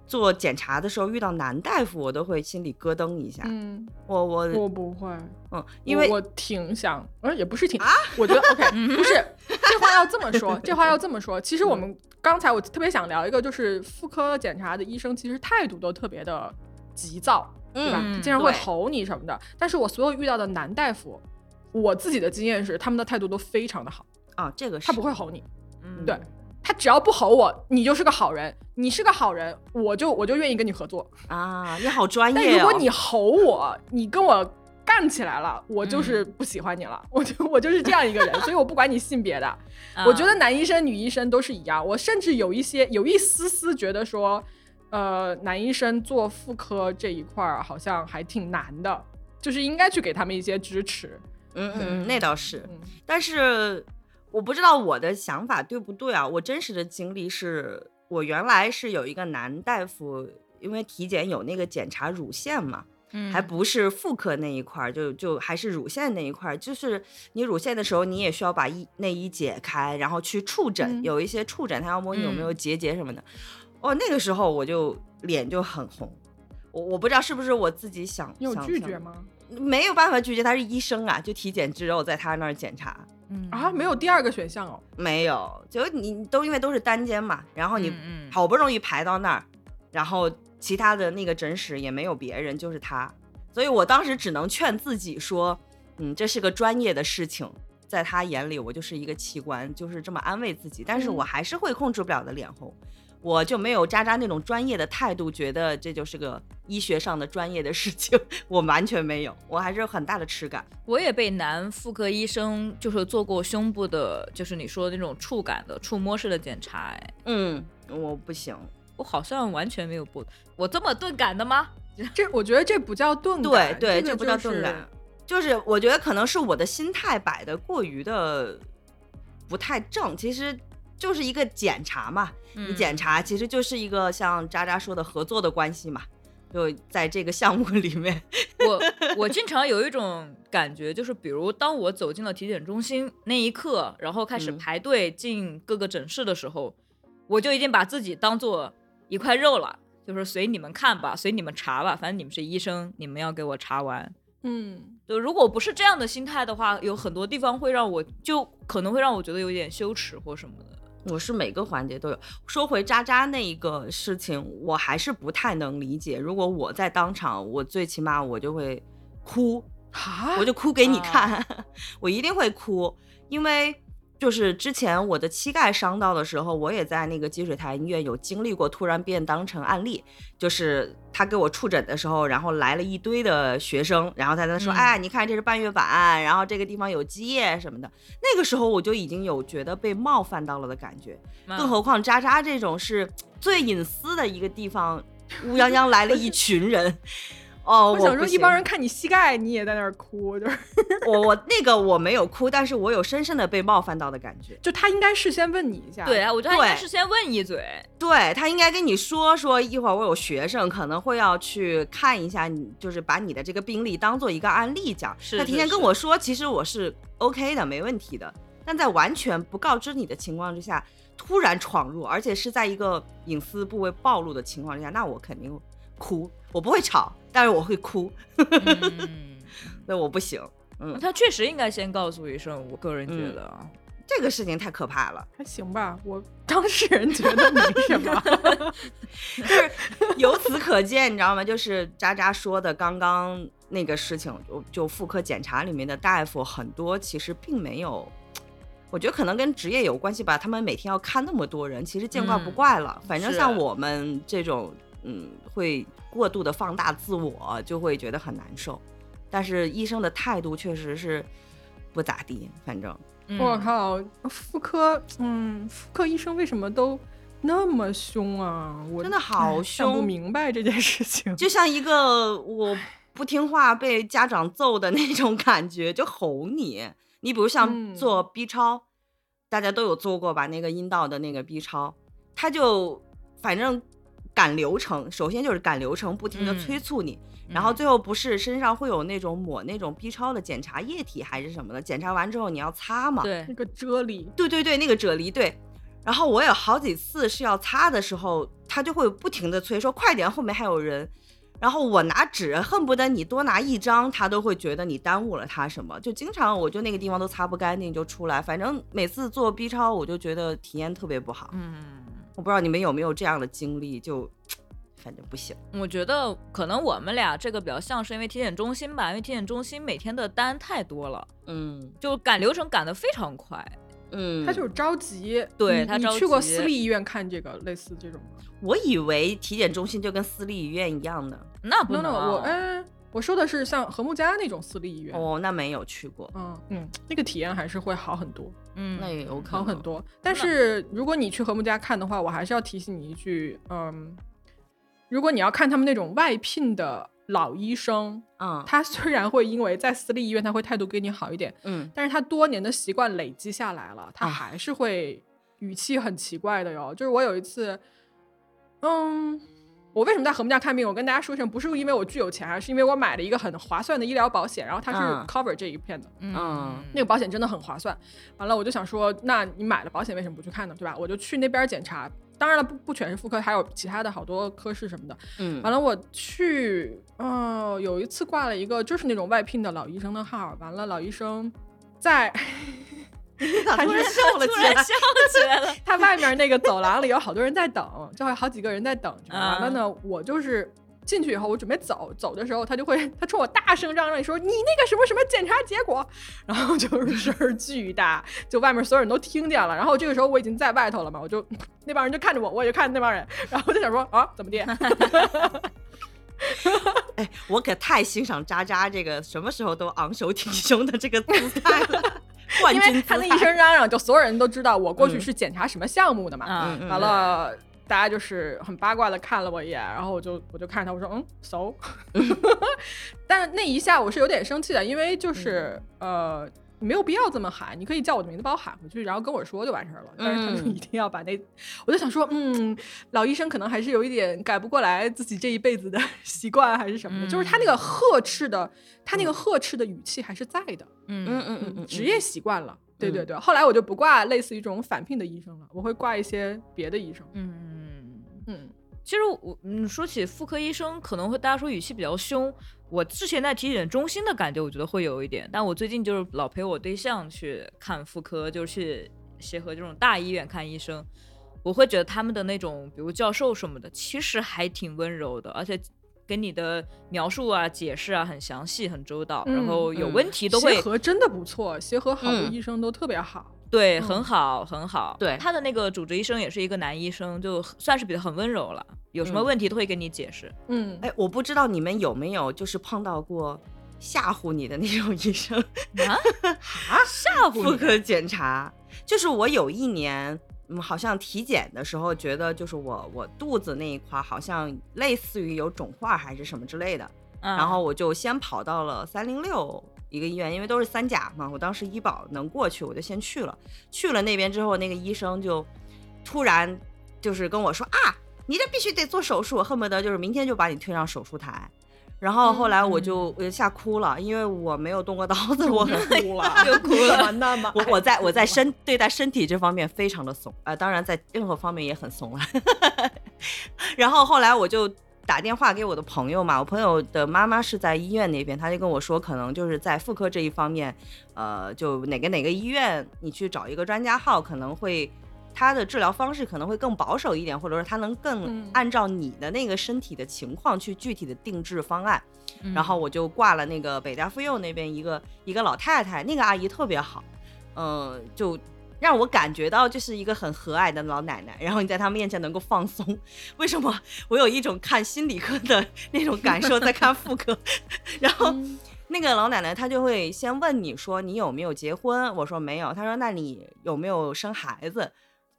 Speaker 2: 做检查的时候遇到男大夫，我都会心里咯噔一下。
Speaker 1: 嗯，
Speaker 2: 我我
Speaker 1: 我不会，
Speaker 2: 嗯，因为
Speaker 1: 我我挺想，呃，也不是挺，我觉得 OK，不是这话要这么 说，这话要这么说。其实我们刚才我特别想聊一个，就是妇科检查的医生其实态度都特别的急躁，对吧？
Speaker 3: 嗯
Speaker 1: 经常会
Speaker 2: 对
Speaker 1: 吼你什么的。但是我所有遇到的男大夫，我自己的经验是，他们的态度都非常的好，
Speaker 2: 啊，这个是
Speaker 1: 他不会吼你，
Speaker 3: 嗯
Speaker 1: 对他只要不吼我，你就是个好人，你是个好人，我就我就愿意跟你合作。
Speaker 2: 啊，你好 专
Speaker 1: 但
Speaker 2: 业、哦。
Speaker 1: 如果你吼我，你跟我干起来了，我就是不喜欢你了，我就我就是这样一个人，所以我不管你性别的，我觉
Speaker 3: 啊
Speaker 1: 得男医生、女医生都是一样。我甚至有一些有一丝丝觉得说，呃，男医生做妇科这一块儿好像还挺难的，就是应该去给他们一些支持。
Speaker 2: 嗯嗯嗯，那倒是。
Speaker 1: 嗯
Speaker 2: 但是我不知道我的想法对不对啊。我真实的经历是我原来是有一个男大夫，因为体检有那个检查乳腺嘛，
Speaker 3: 嗯
Speaker 2: 还
Speaker 1: 嗯
Speaker 2: 不是妇科那一块儿，就就还是乳腺那一块儿。就是你乳腺的时候，你也需要把衣内衣解开，然后去触诊，
Speaker 1: 嗯
Speaker 2: 有一些触诊他要摸你有没有结节什么的。哦，那个时候我就脸就很红。我我不知道是不是我自己想
Speaker 1: 你有
Speaker 2: 想
Speaker 1: 拒
Speaker 2: 想
Speaker 1: 绝吗？
Speaker 2: 没有办法拒绝，他是医生啊，就体检之后在他那儿检查，
Speaker 3: 嗯
Speaker 1: 啊，没有第二个选项哦。
Speaker 2: 没有，就你你都因为都是单间嘛，然后你
Speaker 3: 嗯嗯
Speaker 2: 好不容易排到那儿，然后其他的那个诊室也没有别人，就是他，所以我当时只能劝自己说，嗯，这是个专业的事情，在他眼里我就是一个器官，就是这么安慰自己，但是我还是会控制不了的脸红。我就没有渣渣那种专业的态度，觉得这就是个医学上的专业的事情， 我完全没有，我还是有很大的耻感。
Speaker 3: 我也被男妇科医生就是做过胸部的，就是你说的那种触感的触摸式的检查，哎，
Speaker 2: 嗯，我不行。
Speaker 3: 我好像完全没有不，我这么钝感的吗？
Speaker 1: 这我觉得这不叫钝
Speaker 2: 对
Speaker 1: 感，
Speaker 2: 对，
Speaker 1: 这
Speaker 2: 这
Speaker 1: 个
Speaker 2: 不叫
Speaker 1: 就
Speaker 2: 钝
Speaker 1: 是
Speaker 2: 感，就是我觉得可能是我的心态摆的过于的不太正，其实就是一个检查嘛，你
Speaker 3: 嗯
Speaker 2: 检查其实就是一个像渣渣说的合作的关系嘛，就在这个项目里面，
Speaker 3: 我我经常有一种感觉，就是比如当我走进了体检中心那一刻，然后开始
Speaker 2: 嗯
Speaker 3: 排队进各个诊室的时候，我就已经把自己当做一块肉了，就是随你们看吧，随你们查吧，反正你们是医生，你们要给我查完。
Speaker 1: 嗯，
Speaker 3: 就如果不是这样的心态的话，有很多地方会让我就可能会让我觉得有点羞耻或什么的。
Speaker 2: 我是每个环节都有。说回渣渣那一个事情，我还是不太能理解。如果我在当场，我最起码我就会哭，
Speaker 1: 哈
Speaker 2: 我，就哭给你
Speaker 1: 啊
Speaker 2: 看，我一定会哭，因为就是之前我的膝盖伤到的时候，我也在那个积水潭医院有经历过突然变当成案例，就是他给我触诊的时候，然后来了一堆的学生，然后他在那说，
Speaker 3: 嗯
Speaker 2: 哎，你看这是半月板，然后这个地方有积液什么的，那个时候我就已经有觉得被冒犯到了的感觉，
Speaker 1: 嗯
Speaker 2: 更何况渣渣这种是最隐私的一个地方，乌泱泱来了一群人。哦，
Speaker 1: 我想
Speaker 2: 不
Speaker 1: 说一
Speaker 2: 行
Speaker 1: 帮人看你膝盖，你也在那儿哭，就是。
Speaker 2: 我我那个我没有哭，但是我有深深的被冒犯到的感觉。
Speaker 1: 就他应该事先问你一下，
Speaker 3: 对，啊，我觉得他应该
Speaker 2: 对
Speaker 3: 是先问 一嘴，
Speaker 2: 对他应该跟你说说，一会儿我有学生可能会要去看一下你，就是把你的这个病例当做一个案例讲。
Speaker 3: 是
Speaker 2: 他提前
Speaker 3: 是
Speaker 2: 跟
Speaker 3: 是
Speaker 2: 我说，其实我是 OK 的，没问题的。但在完全不告知你的情况之下，突然闯入，而且是在一个隐私部位暴露的情况之下，那我肯定哭。我不会吵，但是我会哭，
Speaker 3: 嗯、
Speaker 2: 那我不行。嗯，
Speaker 3: 他确实应该先告诉一声。我个人觉得啊。
Speaker 2: 这个事情太可怕了。
Speaker 1: 还行吧。我当事人觉得没什么，
Speaker 2: 就是由此可见，你知道吗？就是渣渣说的刚刚那个事情，就就妇科检查里面的大夫很多其实并没有，我觉得可能跟职业有关系吧。他们每天要看那么多人，其实见怪
Speaker 1: 嗯
Speaker 2: 不怪了。反正
Speaker 3: 是
Speaker 2: 像我们这种，嗯，会过度的放大自我，就会觉得很难受。但是医生的态度确实是不咋地，反正
Speaker 3: 嗯
Speaker 1: 我靠，妇科，嗯，妇科医生为什么都那么凶啊？我
Speaker 2: 真的好
Speaker 1: 哎想不
Speaker 2: 凶
Speaker 1: 明白这件事情。
Speaker 2: 就像一个我不听话被家长揍的那种感觉，就吼你。你比如像
Speaker 1: 嗯
Speaker 2: 做 B 超，大家都有做过吧？那个阴道的那个 B 超，他就反正赶流程，首先就是赶流程，不停的
Speaker 3: 嗯
Speaker 2: 催促你，然后最后不是身上会有那种抹那种 B 超的检查液体还是什么的，检查完之后你要擦嘛，
Speaker 3: 对
Speaker 1: 那，个啫喱，
Speaker 2: 对对对，那个啫喱对。然后我有好几次是要擦的时候，他就会不停的催说快点，后面还有人。然后我拿纸，恨不得你多拿一张，他都会觉得你耽误了他什么。就经常我就那个地方都擦不干净就出来，反正每次做 B 超我就觉得体验特别不好。
Speaker 3: 嗯。
Speaker 2: 我不知道你们有没有这样的经历，就反正不行。
Speaker 3: 我觉得可能我们俩这个比较像是因为体检中心吧，因为体检中心每天的单太多了，
Speaker 2: 嗯
Speaker 3: 就赶流程赶得非常快。
Speaker 2: 嗯，
Speaker 1: 他就是着急。
Speaker 3: 对
Speaker 1: 你
Speaker 3: 他
Speaker 1: 你
Speaker 3: 着
Speaker 1: 去过
Speaker 3: 急
Speaker 1: 私立医院看这个类似这种吗
Speaker 2: 我以为体检中心就跟私立医院一样的，
Speaker 3: 那不
Speaker 1: ？No
Speaker 3: 能啊
Speaker 1: No，我哎，我说的是像和睦家那种私立医院。
Speaker 2: 哦，那没有去过，
Speaker 1: 嗯嗯，那个体验还是会好很多，
Speaker 3: 嗯，
Speaker 2: 那也有可
Speaker 1: 好
Speaker 2: 能
Speaker 1: 很。多。但是如果你去和睦家看的话，我还是要提醒你一句，嗯，如果你要看他们那种外聘的老医生，
Speaker 2: 嗯
Speaker 1: 他虽然会因为在私立医院他会态度跟你好一点，
Speaker 2: 嗯，
Speaker 1: 但是他多年的习惯累积下来了，他
Speaker 2: 啊
Speaker 1: 还是会语气很奇怪的哟。就是我有一次，嗯，我为什么在和睦家看病？我跟大家说一声，不是因为我巨有钱啊，是因为我买了一个很划算的医疗保险，然后它是
Speaker 2: 嗯
Speaker 1: cover 这一片的。
Speaker 3: 嗯
Speaker 1: 那个保险真的很划算。完了，我就想说，那你买了保险为什么不去看呢？对吧？我就去那边检查。当然了，不不全是妇科，还有其他的好多科室什么的。
Speaker 2: 嗯
Speaker 1: 完了，我去，哦，有一次挂了一个就是那种外聘的老医生的号。完了，老医生在
Speaker 2: 咋突然笑了
Speaker 3: 突
Speaker 2: 起
Speaker 3: 然
Speaker 2: 来？
Speaker 3: 笑起来了，
Speaker 1: 他外面那个走廊里有好多人在等，就还有好几个人在等着。完
Speaker 2: 啊
Speaker 1: 了呢，我就是。进去以后，我准备走，走的时候他就会，他冲我大声嚷嚷说：“你那个什么什么检查结果。”然后就是声儿巨大，就外面所有人都听见了。然后这个时候我已经在外头了嘛，我就那帮人就看着我，我也看那帮人，然后我就想说啊，怎 么地？
Speaker 2: 哎，我可太欣赏渣渣这个什么时候都昂首挺胸的这个姿态 了，冠
Speaker 1: 因为
Speaker 2: 军
Speaker 1: 他
Speaker 2: 姿
Speaker 1: 那
Speaker 2: 态。
Speaker 1: 一声嚷嚷，就所有人都知道我过去
Speaker 2: 嗯
Speaker 1: 是检查什么项目的嘛。
Speaker 3: 啊，
Speaker 2: 嗯
Speaker 1: 完，了，大家就是很八卦的看了我一眼，然后我就我就看着他，我说嗯，so，但那一下我是有点生气的，因为就是、
Speaker 2: 嗯
Speaker 1: 呃。没有必要这么喊，你可以叫我的名字把我喊回去，然后跟我说就完事儿了。但是他们
Speaker 2: 嗯
Speaker 1: 一定要把那，我就想说，嗯，老医生可能还是有一点改不过来自己这一辈子的 习惯还是什么
Speaker 2: 嗯
Speaker 1: 的，就是他那个呵斥的，他那个呵斥的语气还是在的，
Speaker 2: 嗯嗯
Speaker 3: 嗯
Speaker 2: 嗯嗯嗯，
Speaker 1: 职业习惯了。对对对，后来我就不挂类似于这种返聘的医生了，我会挂一些别的医生。
Speaker 3: 嗯。
Speaker 1: 嗯，
Speaker 3: 其实我嗯，说起妇科医生，可能会大家说语气比较凶。我之前在体检中心的感觉，我觉得会有一点，但我最近就是老陪我对象去看妇科，就是去协和这种大医院看医生，我会觉得他们的那种，比如教授什么的，其实还挺温柔的，而且给你的描述啊、解释啊很详细、很周到，然后有
Speaker 2: 嗯嗯
Speaker 3: 问题都会
Speaker 1: 协和真的不错，协和好多
Speaker 2: 嗯
Speaker 1: 医生都特别好。
Speaker 3: 对，
Speaker 1: 嗯
Speaker 3: 很好，很好。
Speaker 2: 对
Speaker 3: 他的那个主治医生也是一个男医生，就算是比较很温柔了，有什么
Speaker 2: 嗯
Speaker 3: 问题都会跟你解释。
Speaker 1: 嗯，
Speaker 2: 哎，我不知道你们有没有就是碰到过吓唬你的那种医生，
Speaker 3: 啊啊！吓唬
Speaker 2: 妇
Speaker 3: 你！
Speaker 2: 科检查。就是我有一年，嗯，好像体检的时候觉得就是我我肚子那一块儿好像类似于有肿块还是什么之类的，
Speaker 3: 嗯
Speaker 2: 然后我就先跑到了三零六一个医院，因为都是三甲嘛，我当时医保能过去，我就先去了。去了那边之后，那个医生就突然就是跟我说啊，你这必须得做手术，恨不得就是明天就把你推上手术台。然后后来
Speaker 1: 嗯
Speaker 2: 我就我就吓哭了，因为我没有动过刀 子，我很
Speaker 1: 哭嗯
Speaker 2: 哎
Speaker 1: 了，又哭了，那么
Speaker 2: 我我在我在身对待身体这方面非常的怂啊、呃当然在任何方面也很怂了。 然后后来我就打电话给我的朋友嘛，我朋友的妈妈是在医院那边，他就跟我说，可能就是在妇科这一方面，呃，就哪个哪个医院你去找一个专家号，可能会他的治疗方式可能会更保守一点，或者说他能
Speaker 1: 嗯
Speaker 2: 更按照你的那个身体的情况去具体的定制方案。
Speaker 3: 嗯
Speaker 2: 然后我就挂了那个北大妇幼那边一个一个老太太，那个阿姨特别好，嗯、就让我感觉到就是一个很和蔼的老奶奶，然后你在她面前能够放松。为什么我有一种看心理科的那种感受，在看妇科， 然后。那个老奶奶她就会先问你说你有没有结婚，我说没有，她说那你有没有生孩子，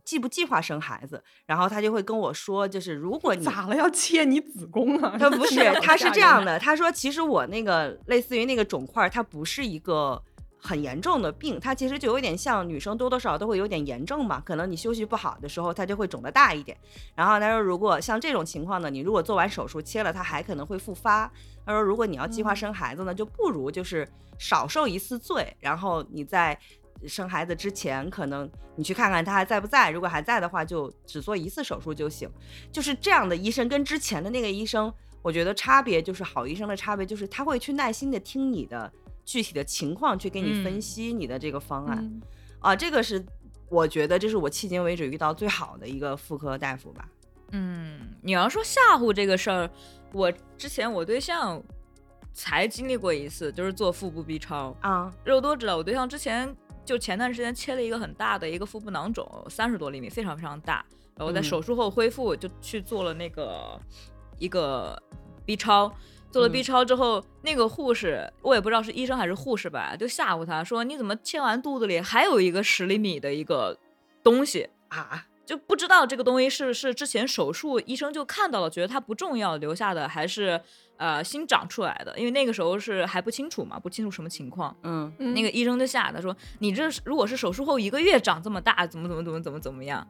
Speaker 2: 计不计划生孩子，然后她就会跟我说，就是如果你
Speaker 1: 咋了？要切你子宫啊？，
Speaker 2: 他不是 嗯他是这样的，他说其实我那个类似于那个肿块儿，它不是一个很严重的病，它其实就有点像女生多多少少都会有点炎症嘛，可能你休息不好的时候，它就会肿得大一点。然后他说，如果像这种情况呢，你如果做完手术切了，它还可能会复发。他说，如果你要计划生孩子呢，就不如就是少受一次罪，然后你在生孩子之前，可能你去看看他还在不在，如果还在的话，就只做一次手术就行。就是这样的医生跟之前的那个医生，我觉得差别就是好医生的差别就是他会去耐心的听你的具体的情况，去给你分
Speaker 3: 嗯
Speaker 2: 析你的这个方案、
Speaker 1: 嗯
Speaker 2: 啊，这个是我觉得这是我迄今为止遇到最好的一个妇科大夫吧。
Speaker 3: 嗯，你要说吓唬这个事儿，我之前我对象才经历过一次，就是做腹部 B 超。
Speaker 2: 啊，
Speaker 3: 肉多知道，我对象之前就前段时间切了一个很大的一个腹部囊肿，三十多厘米，非常非常大。然后在
Speaker 2: 嗯
Speaker 3: 手术后恢复，就去做了那个一个 B 超。做了
Speaker 2: 嗯
Speaker 3: B 超之后，那个护士我也不知道是医生还是护士吧，就吓唬他说：“你怎么切完肚子里还有一个十厘米的一个东西？”
Speaker 2: 啊，
Speaker 3: 就不知道这个东西是是之前手术医生就看到了，觉得它不重要留下的，还是呃新长出来的？因为那个时候是还不清楚嘛，不清楚什么情况。
Speaker 2: 嗯
Speaker 1: 嗯
Speaker 3: 那个医生就吓他说：“你这是如果是手术后一个月长这么大，怎么怎么怎么怎么怎么样？”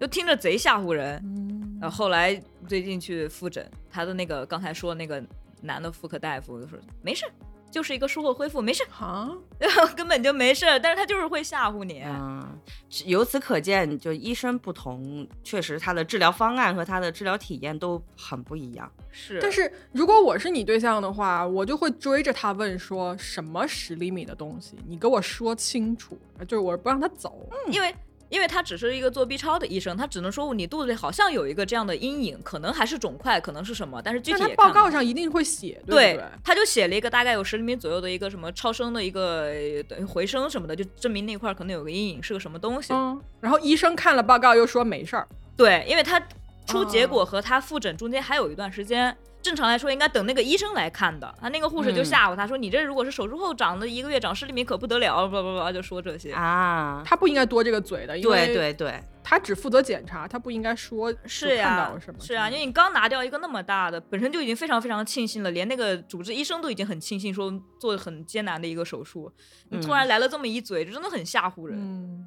Speaker 3: 就听着贼吓唬人。
Speaker 1: 嗯
Speaker 3: 然后后来最近去复诊，他的那个刚才说那个男的妇科大夫就说：“没事，就是一个术后恢复，没事，
Speaker 1: 啊，
Speaker 3: 根本就没事。”但是他就是会吓唬你。
Speaker 2: 嗯，是由此可见，就医生不同，确实他的治疗方案和他的治疗体验都很不一样。
Speaker 3: 是，
Speaker 1: 但是如果我是你对象的话，我就会追着他问说什么十厘米的东西，你给我说清楚，呃就是我不让他走。
Speaker 2: 嗯
Speaker 3: 因为因为他只是一个做 B 超的医生，他只能说你肚子里好像有一个这样的阴影，可能还是肿块，可能是什么，但是具
Speaker 1: 但
Speaker 3: 体
Speaker 1: 他
Speaker 3: 也
Speaker 1: 报
Speaker 3: 看不
Speaker 1: 告
Speaker 3: 到
Speaker 1: 上一定会写，不
Speaker 3: 对
Speaker 1: 对？
Speaker 3: 他就写了一个大概有十厘米左右的一个什么超声的一个呃等于回声什么的，就证明那块儿可能有个阴影是个什么东西。
Speaker 1: 嗯，然后医生看了报告又说没事儿，
Speaker 3: 对，因为他出结
Speaker 1: 哦
Speaker 3: 果和他复诊中间还有一段时间。正常来说应该等那个医生来看的，他那个护士就
Speaker 2: 嗯
Speaker 3: 吓唬他说：“你这如果是手术后长的，一个月长十厘米可不得了。”叭叭叭就说这些。
Speaker 2: 啊，
Speaker 1: 他不应该多这个嘴的，因
Speaker 2: 对
Speaker 1: 为
Speaker 2: 对对，
Speaker 1: 他只负责检查，他不应该说就是看到
Speaker 3: 呀
Speaker 1: 了什，么。
Speaker 3: 是啊呀，因为你刚拿掉一个那么大的，本身就已经非常非常庆幸了，连那个主治医生都已经很庆幸，说做很艰难的一个手术，你突
Speaker 2: 嗯
Speaker 3: 然来了这么一嘴，真的很吓唬人。
Speaker 1: 嗯，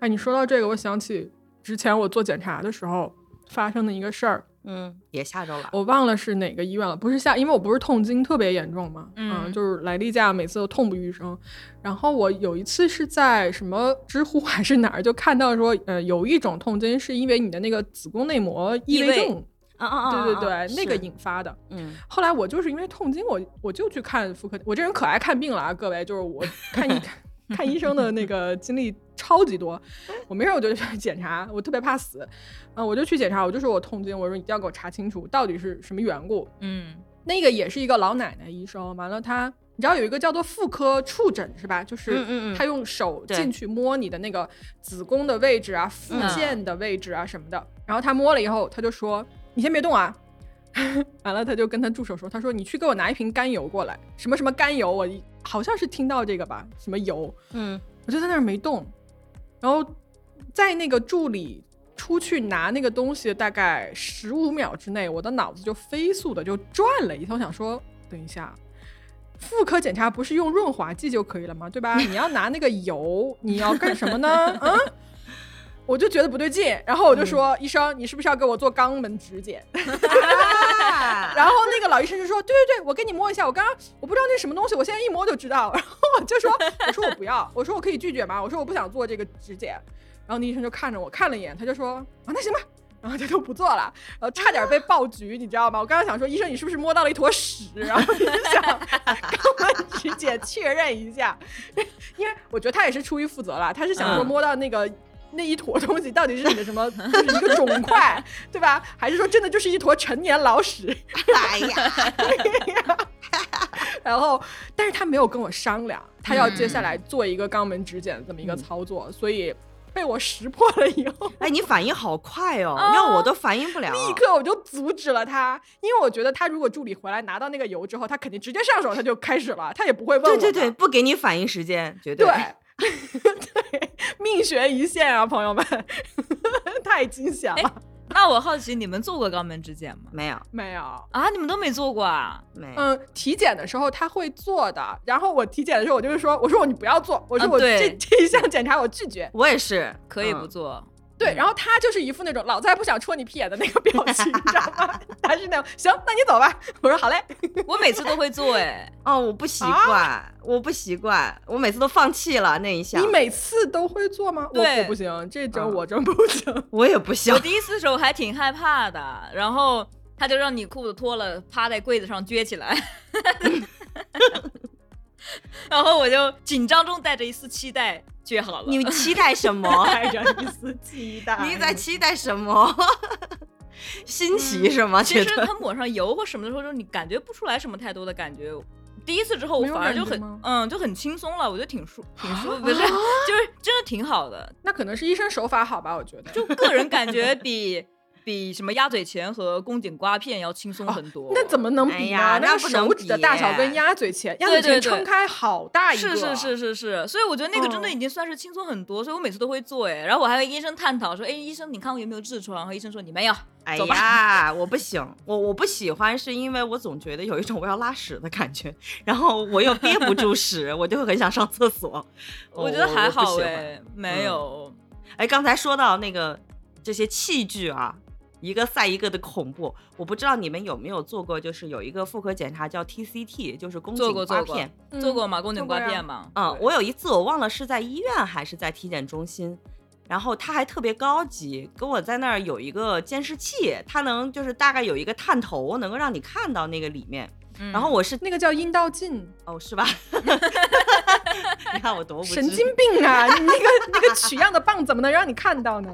Speaker 1: 哎，你说到这个，我想起之前我做检查的时候发生的一个事儿，
Speaker 2: 嗯，也吓着了。
Speaker 1: 我忘了是哪个医院了，不是下，因为我不是痛经特别严重嘛，啊
Speaker 3: 嗯
Speaker 1: 就是来例假每次都痛不欲生。然后我有一次是在什么知乎还是哪儿就看到说，呃，有一种痛经是因为你的那个子宫内膜异
Speaker 3: 异
Speaker 1: 位
Speaker 3: 位
Speaker 1: 症，
Speaker 2: 啊啊
Speaker 1: 对
Speaker 2: 啊！
Speaker 1: 对
Speaker 2: 啊
Speaker 1: 对，
Speaker 2: 啊
Speaker 1: 那个
Speaker 2: 是
Speaker 1: 引发的。
Speaker 2: 嗯
Speaker 1: 后来我就是因为痛经，我我就去看妇科，我这人可爱看病了啊，各位，就是我看医看医生的那个经历超级多。我没事我就去检查，我特别怕死，嗯、我就去检查，我就说我痛经，我说你一定要给我查清楚到底是什么缘故。
Speaker 3: 嗯
Speaker 1: 那个也是一个老奶奶医生，完了她，你知道有一个叫做妇科触诊是吧？就
Speaker 2: 嗯嗯
Speaker 1: 是
Speaker 2: 嗯
Speaker 1: 她用手
Speaker 2: 对
Speaker 1: 进去摸你的那个子宫的位置
Speaker 2: 嗯
Speaker 1: 啊、附件的位置啊什么的。然后她摸了以后，她就说：“你先别动啊。” 完了，她就跟她助手说：“她说你去给我拿一瓶甘油过来，什么什么甘油，我一好像是听到这个吧，什么油。”
Speaker 2: 嗯
Speaker 1: 我就在那儿没动，然后在那个助理出去拿那个东西，大概十五秒之内，我的脑子就飞速的就转了一下，我想说，等一下。妇科检查不是用润滑剂就可以了吗？对吧？你要拿那个油，你要干什么呢？嗯， 我就觉得不对劲，然后我就说：“医生，你是不是要给我做肛门指检？”
Speaker 2: 啊，
Speaker 1: 然后那个老医生就说：“对对对，我给你摸一下，我刚刚我不知道那什么东西，我现在一摸就知道。” 然后我就说：“我说我不要，我说我可以拒绝吗？我说我不想做这个指检。”然后那医生就看着我看了一眼，他就说：“啊，那行吧。”然后他就不做了，然后差点被爆菊，你知道吗？我刚刚想说，医生你是不是摸到了一坨屎？然后你就想 肛门指检确认一下， 因为我觉得他也是出于负责啦，他是想说
Speaker 2: 嗯
Speaker 1: 摸到那个、那一坨东西到底是你的什么，就是一个肿块，对吧？还是说真的就是一坨陈年老屎？
Speaker 2: 哎呀，
Speaker 1: 然后，但是他没有跟我商量，他要
Speaker 2: 嗯
Speaker 1: 接下来做一个肛门指检这么一个操作，所以被我识破了以后，
Speaker 2: 哎，你反应嗯好快哦，要我都反应不了。
Speaker 1: 啊立刻我就阻止了他，因为我觉得他如果助理回来拿到那个油之后，他肯定直接上手，他就开始了，他也不会问我
Speaker 2: 对
Speaker 1: 的。
Speaker 2: 对对，不给你反应时间，绝
Speaker 1: 对
Speaker 2: 哎
Speaker 1: 对，命悬一线啊，朋友们，太惊险了。
Speaker 3: 那我好奇你们做过肛门指检吗？
Speaker 2: 没有
Speaker 1: 没有。
Speaker 3: 啊，你们都没做过啊？
Speaker 2: 没有，
Speaker 1: 嗯，体检的时候他会做的，然后我体检的时候我就会说，我说我你不要做，我说
Speaker 3: 啊
Speaker 1: 我这、
Speaker 3: 对
Speaker 1: 这一项检查我拒绝。
Speaker 2: 我也是
Speaker 3: 可以不
Speaker 2: 嗯
Speaker 3: 做？
Speaker 1: 对，然后他就是一副那种老子还不想戳你屁眼的那个表情，你知道吗？他是那种行，那你走吧。我说好嘞，
Speaker 3: 我每次都会做 哎，
Speaker 2: 哦，我不习
Speaker 1: 啊
Speaker 2: 惯，我不习惯，我每次都放弃了那一项
Speaker 1: 你，每次都会做吗？我
Speaker 3: 对
Speaker 1: 我不行，这针
Speaker 2: 嗯
Speaker 1: 我真不行。
Speaker 2: 我也不行
Speaker 3: 我。第一次的时候还挺害怕的，然后他就让你裤子脱了，趴在柜子上撅 起来，然后我就紧张中带着一丝期待撅好了。
Speaker 2: 你期待什么？
Speaker 1: 带着一丝期
Speaker 3: 啊
Speaker 1: 待
Speaker 2: 你在期待什么？ 新奇是吗？
Speaker 3: 嗯其
Speaker 2: 觉
Speaker 3: 实
Speaker 2: 得
Speaker 3: 它抹上油或什么的时候，就你感觉不出来什么太多的感觉。第一次之后，我
Speaker 1: 没有
Speaker 3: 反而就
Speaker 1: 感觉
Speaker 3: 很
Speaker 1: 吗啊
Speaker 3: 嗯，就很轻松了，我觉得挺舒挺舒 服，不是，就是真的挺好的。
Speaker 1: 那可能是医生手法好吧，我觉得。
Speaker 3: 就个人感觉比比什么鸭嘴钳和宫颈刮片要轻松很多。
Speaker 1: 那怎么能比
Speaker 2: 哎呀
Speaker 1: 呢？
Speaker 2: 那
Speaker 1: 个
Speaker 2: 不能
Speaker 1: 手指的
Speaker 2: 比
Speaker 1: 大小跟鸭嘴钳，鸭嘴
Speaker 3: 对
Speaker 1: 钳
Speaker 3: 对对
Speaker 1: 撑开好大一个。啊
Speaker 3: 是是是是是，所以我觉得那个真的
Speaker 1: 嗯
Speaker 3: 已经算是轻松很多，所以我每次都会做哎，然后我还和医生探讨说，哎，医生你看我有没有痔疮？然后医生说你没有，
Speaker 2: 哎
Speaker 3: 走吧
Speaker 2: 呀，我不行，我我不喜欢，是因为我总觉得有一种我要拉屎的感觉， 然后我又憋不住 屎，我就很想上厕所。哦
Speaker 3: 我觉得还
Speaker 2: 我
Speaker 3: 好
Speaker 2: 不喜欢
Speaker 3: 哎，没有，
Speaker 2: 哎，刚才说到那个这些器具啊，一个赛一个的恐怖，我不知道你们有没有做过，就是有一个妇科检查叫 TCT，就是宫
Speaker 3: 做
Speaker 2: 颈
Speaker 3: 过
Speaker 2: 刮
Speaker 3: 做过
Speaker 2: 片。
Speaker 1: 嗯
Speaker 3: 做过吗？宫颈刮
Speaker 1: 做过呀
Speaker 3: 片吗？
Speaker 2: 嗯，
Speaker 3: 对
Speaker 2: 我有一次我忘了是在医院还是在体检中心，然后他还特别高级，跟我在那儿有一个监视器，它能就是大概有一个探头，能够让你看到那个里面。
Speaker 3: 嗯
Speaker 2: 然后我是
Speaker 1: 那个叫阴道镜，
Speaker 2: 哦，是吧？ 你看我多无知
Speaker 1: 神经病啊！你那个那个取样的棒怎么能让你看到 呢？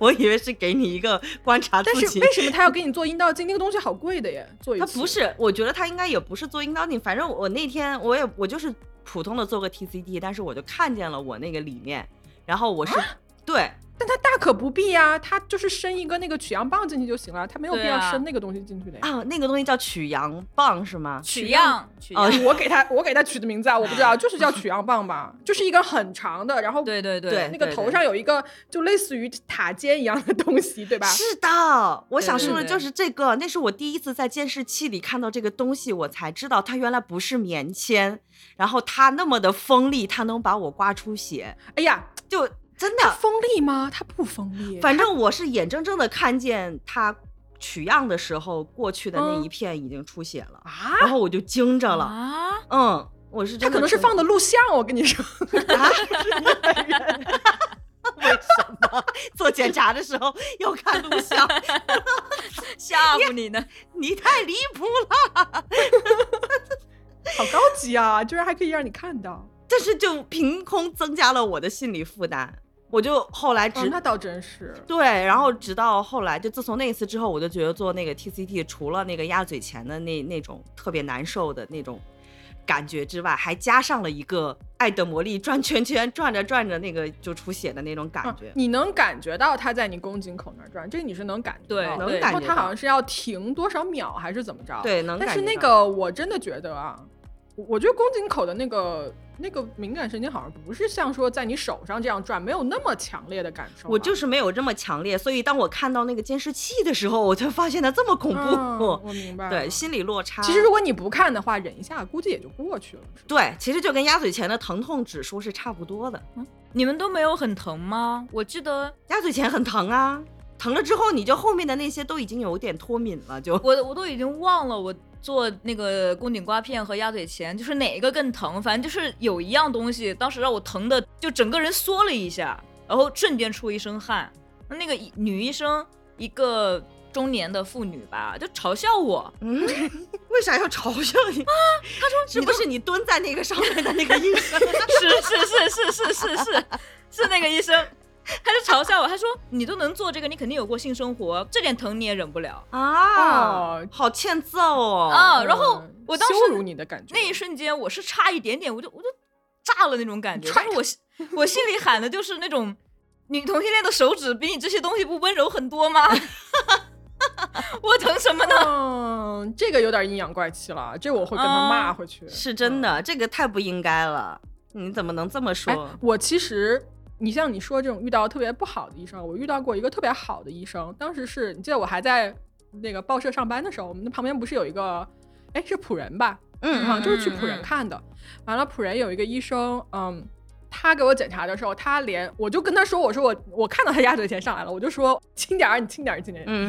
Speaker 2: 我以为是给你一个观察自
Speaker 1: 但是
Speaker 2: 己。
Speaker 1: 为什么他要给你做阴道镜？那个东西好贵的耶，做一
Speaker 2: 他
Speaker 1: 次
Speaker 2: 不是，我觉得他应该也不是做阴道镜，反正我那天我也我就是普通的做个 TCT，但是我就看见了我那个里面，然后我是、
Speaker 1: 啊
Speaker 2: 对，
Speaker 1: 但他大可不必呀、他就是伸一个那个取样棒进去就行了，他没有
Speaker 3: 对
Speaker 1: 必要
Speaker 3: 啊
Speaker 1: 伸那个东西进去的呀。
Speaker 2: 啊，那个东西叫取阳棒是吗？哦
Speaker 3: 取样取样，
Speaker 1: 我给他我给他取的名字啊，我不 知道，就是叫取样棒吧，就是一根很长的，然后
Speaker 3: 对对
Speaker 2: 对
Speaker 1: 那个头上有一个就类似于塔尖一样的东西，对吧？
Speaker 2: 是的，我
Speaker 3: 对
Speaker 2: 想
Speaker 3: 对
Speaker 2: 说的
Speaker 3: 对
Speaker 2: 就是这个。那是我第一次在监视器里看到这个东西，我才知道它原来不是棉签，然后它那么的锋利，它能把我刮出血，
Speaker 1: 哎呀，
Speaker 2: 就真
Speaker 1: 它
Speaker 2: 的，
Speaker 1: 锋利吗？它不锋利，
Speaker 2: 反正我是眼睁睁的看见它取样的时候过去的那
Speaker 1: 嗯
Speaker 2: 一片已经出血了，
Speaker 1: 啊，
Speaker 2: 然后我就惊着了，
Speaker 3: 啊，
Speaker 2: 嗯。我是
Speaker 1: 它
Speaker 2: 真的
Speaker 1: 可能是
Speaker 2: 惊着
Speaker 1: 放的录像，我跟你 说。
Speaker 2: 啊，为什么 做检查的时候要看录像？
Speaker 3: 吓唬你呢。
Speaker 2: 你太离谱了！
Speaker 1: 好高级啊！居然还可以让你看到，
Speaker 2: 但是就凭空增加了我的心理负担，我就后来
Speaker 1: 哦
Speaker 2: 直、，
Speaker 1: 那倒真是。
Speaker 2: 对，然后直到后来，就自从那一次之后，我就觉得做那个 TCT 除了那个鸭嘴钳的那那种特别难受的那种感觉之外，还加上了一个爱的魔力转圈圈，转着转着那个就出血的那种感
Speaker 1: 啊
Speaker 2: 觉。
Speaker 1: 你能感觉到它在你宫颈口那儿转，这个你是能感觉到的。
Speaker 3: 对能
Speaker 1: 然后
Speaker 2: 感觉
Speaker 1: 它好
Speaker 2: 到
Speaker 1: 像是要停多少秒还是怎么着？。
Speaker 2: 对，能
Speaker 1: 但
Speaker 2: 感
Speaker 1: 是
Speaker 2: 觉
Speaker 1: 那
Speaker 2: 到
Speaker 1: 个我真的觉得啊，我我觉得宫颈口的那个那个敏感神经好像不是像说在你手上这样转，没有那么强烈的感受吧。
Speaker 2: 我就是没有这么强烈，所以当我看到那个监视器的时候，我才发现它这么恐
Speaker 1: 嗯
Speaker 2: 怖。
Speaker 1: 我明白了。
Speaker 2: 对，心理落差。
Speaker 1: 其实如果你不看的话，忍一下，估计也就过去了。是吧
Speaker 2: 对，其实就跟鸭嘴钳的疼痛指数是差不多的。
Speaker 3: 你们都没有很疼吗？我记得
Speaker 2: 鸭嘴钳很疼啊，疼了之后你就后面的那些都已经有点脱敏了，就
Speaker 3: 我我都已经忘了我做那个宫颈刮片和鸭嘴钳，就是哪一个更疼，反正就是有一样东西，当时让我疼的就整个人缩了一下，然后瞬间出一身汗。那个医女医生，一个中年的妇女吧，就嘲笑我，
Speaker 2: 嗯，为啥要嘲笑你？
Speaker 3: 她说
Speaker 2: 是不是你蹲在那个上面的那个医生？
Speaker 3: 是是是是是是是是那个医生，他就嘲笑我，他说你都能做这个，你肯定有过性生活，这点疼你也忍不了
Speaker 2: 啊
Speaker 1: 哦，
Speaker 2: 好欠揍哦！
Speaker 3: 啊。然后
Speaker 1: 嗯
Speaker 3: 我当时
Speaker 1: 羞辱你的感觉，
Speaker 3: 那一瞬间，我是差一点点，我就我就炸了那种感觉。
Speaker 1: 踹
Speaker 3: 但是我心我心里喊的就是那种女同性恋的手指比你这些东西不温柔很多吗？ 我疼什么呢？
Speaker 1: 嗯，这个有点阴阳怪气了，啊这我会跟
Speaker 2: 嗯
Speaker 1: 他骂回去。
Speaker 2: 是真的，这个太不应该了，你怎么能这么
Speaker 1: 哎
Speaker 2: 说？，
Speaker 1: 我其实你像你说这种遇到特别不好的医生，我遇到过一个特别好的医生，当时是你记得我还在那个报社上班的时候，我们的旁边不是有一个，哎是普仁吧，
Speaker 2: 嗯
Speaker 1: 啊，就是去普
Speaker 3: 嗯嗯
Speaker 1: 仁
Speaker 3: 嗯
Speaker 1: 看的。完了，普仁有一个医生，嗯，他给我检查的时候，他连我就跟他说，我说我我看到他鸭嘴钳上来了，我就说轻点儿，你轻点儿，轻点儿。
Speaker 2: 嗯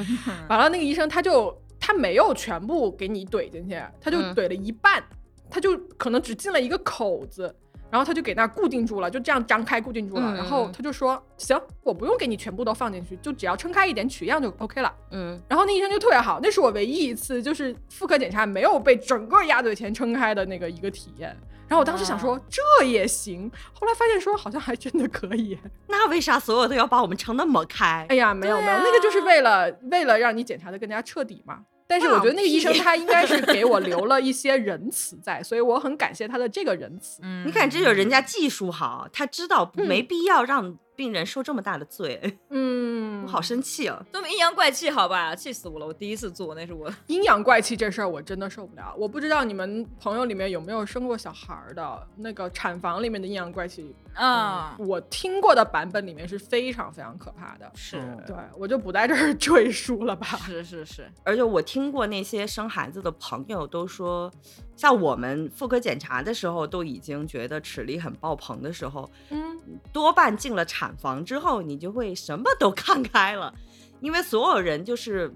Speaker 1: 完了，那个医生他就他没有全部给你怼进去，他就
Speaker 2: 嗯
Speaker 1: 怼了一半，他就可能只进了一个口子。然后他就给那儿固定住了，就这样张开固定住了。
Speaker 2: 嗯
Speaker 1: 然后他就说：“行，我不用给你全部都放进去，就只要撑开一点取样就 OK 了。”
Speaker 2: 嗯
Speaker 1: 然后那医生就特别好，那是我唯一一次就是妇科检查没有被整个鸭嘴钳撑开的那个一个体验。然后我当时想说这也行，后来发现说好像还真的可以。
Speaker 2: 那为啥所有都要把我们撑那么开？
Speaker 1: 哎呀，没有、
Speaker 3: 对
Speaker 1: 没有，
Speaker 3: 啊
Speaker 1: 那个就是为了为了让你检查的更加彻底嘛。但是我觉得那个医生
Speaker 2: 放屁
Speaker 1: 他应该是给我留了一些仁慈在，所以我很感谢他的这个仁慈。
Speaker 3: 嗯
Speaker 2: 你看，这就是人家技术好，他知道不
Speaker 1: 嗯
Speaker 2: 没必要让病人受这么大的罪，
Speaker 1: 嗯，
Speaker 2: 我好生气啊！
Speaker 3: 这么嗯阴阳怪气，好吧，气死我了！我第一次做，那是我
Speaker 1: 阴阳怪气这事儿我真的受不了。我不知道你们朋友里面有没有生过小孩儿的，那个产房里面的阴阳怪气嗯
Speaker 3: 啊，
Speaker 1: 我听过的版本里面是非常非常可怕的。
Speaker 3: 是
Speaker 1: 对，我就不在这儿赘述了吧。
Speaker 3: 是是是，
Speaker 2: 而且我听过那些生孩子的朋友都说，像我们妇科检查的时候都已经觉得齿力很爆棚的时候，
Speaker 1: 嗯，
Speaker 2: 多半进了产房之后，你就会什么都 看开了，因为所有人就是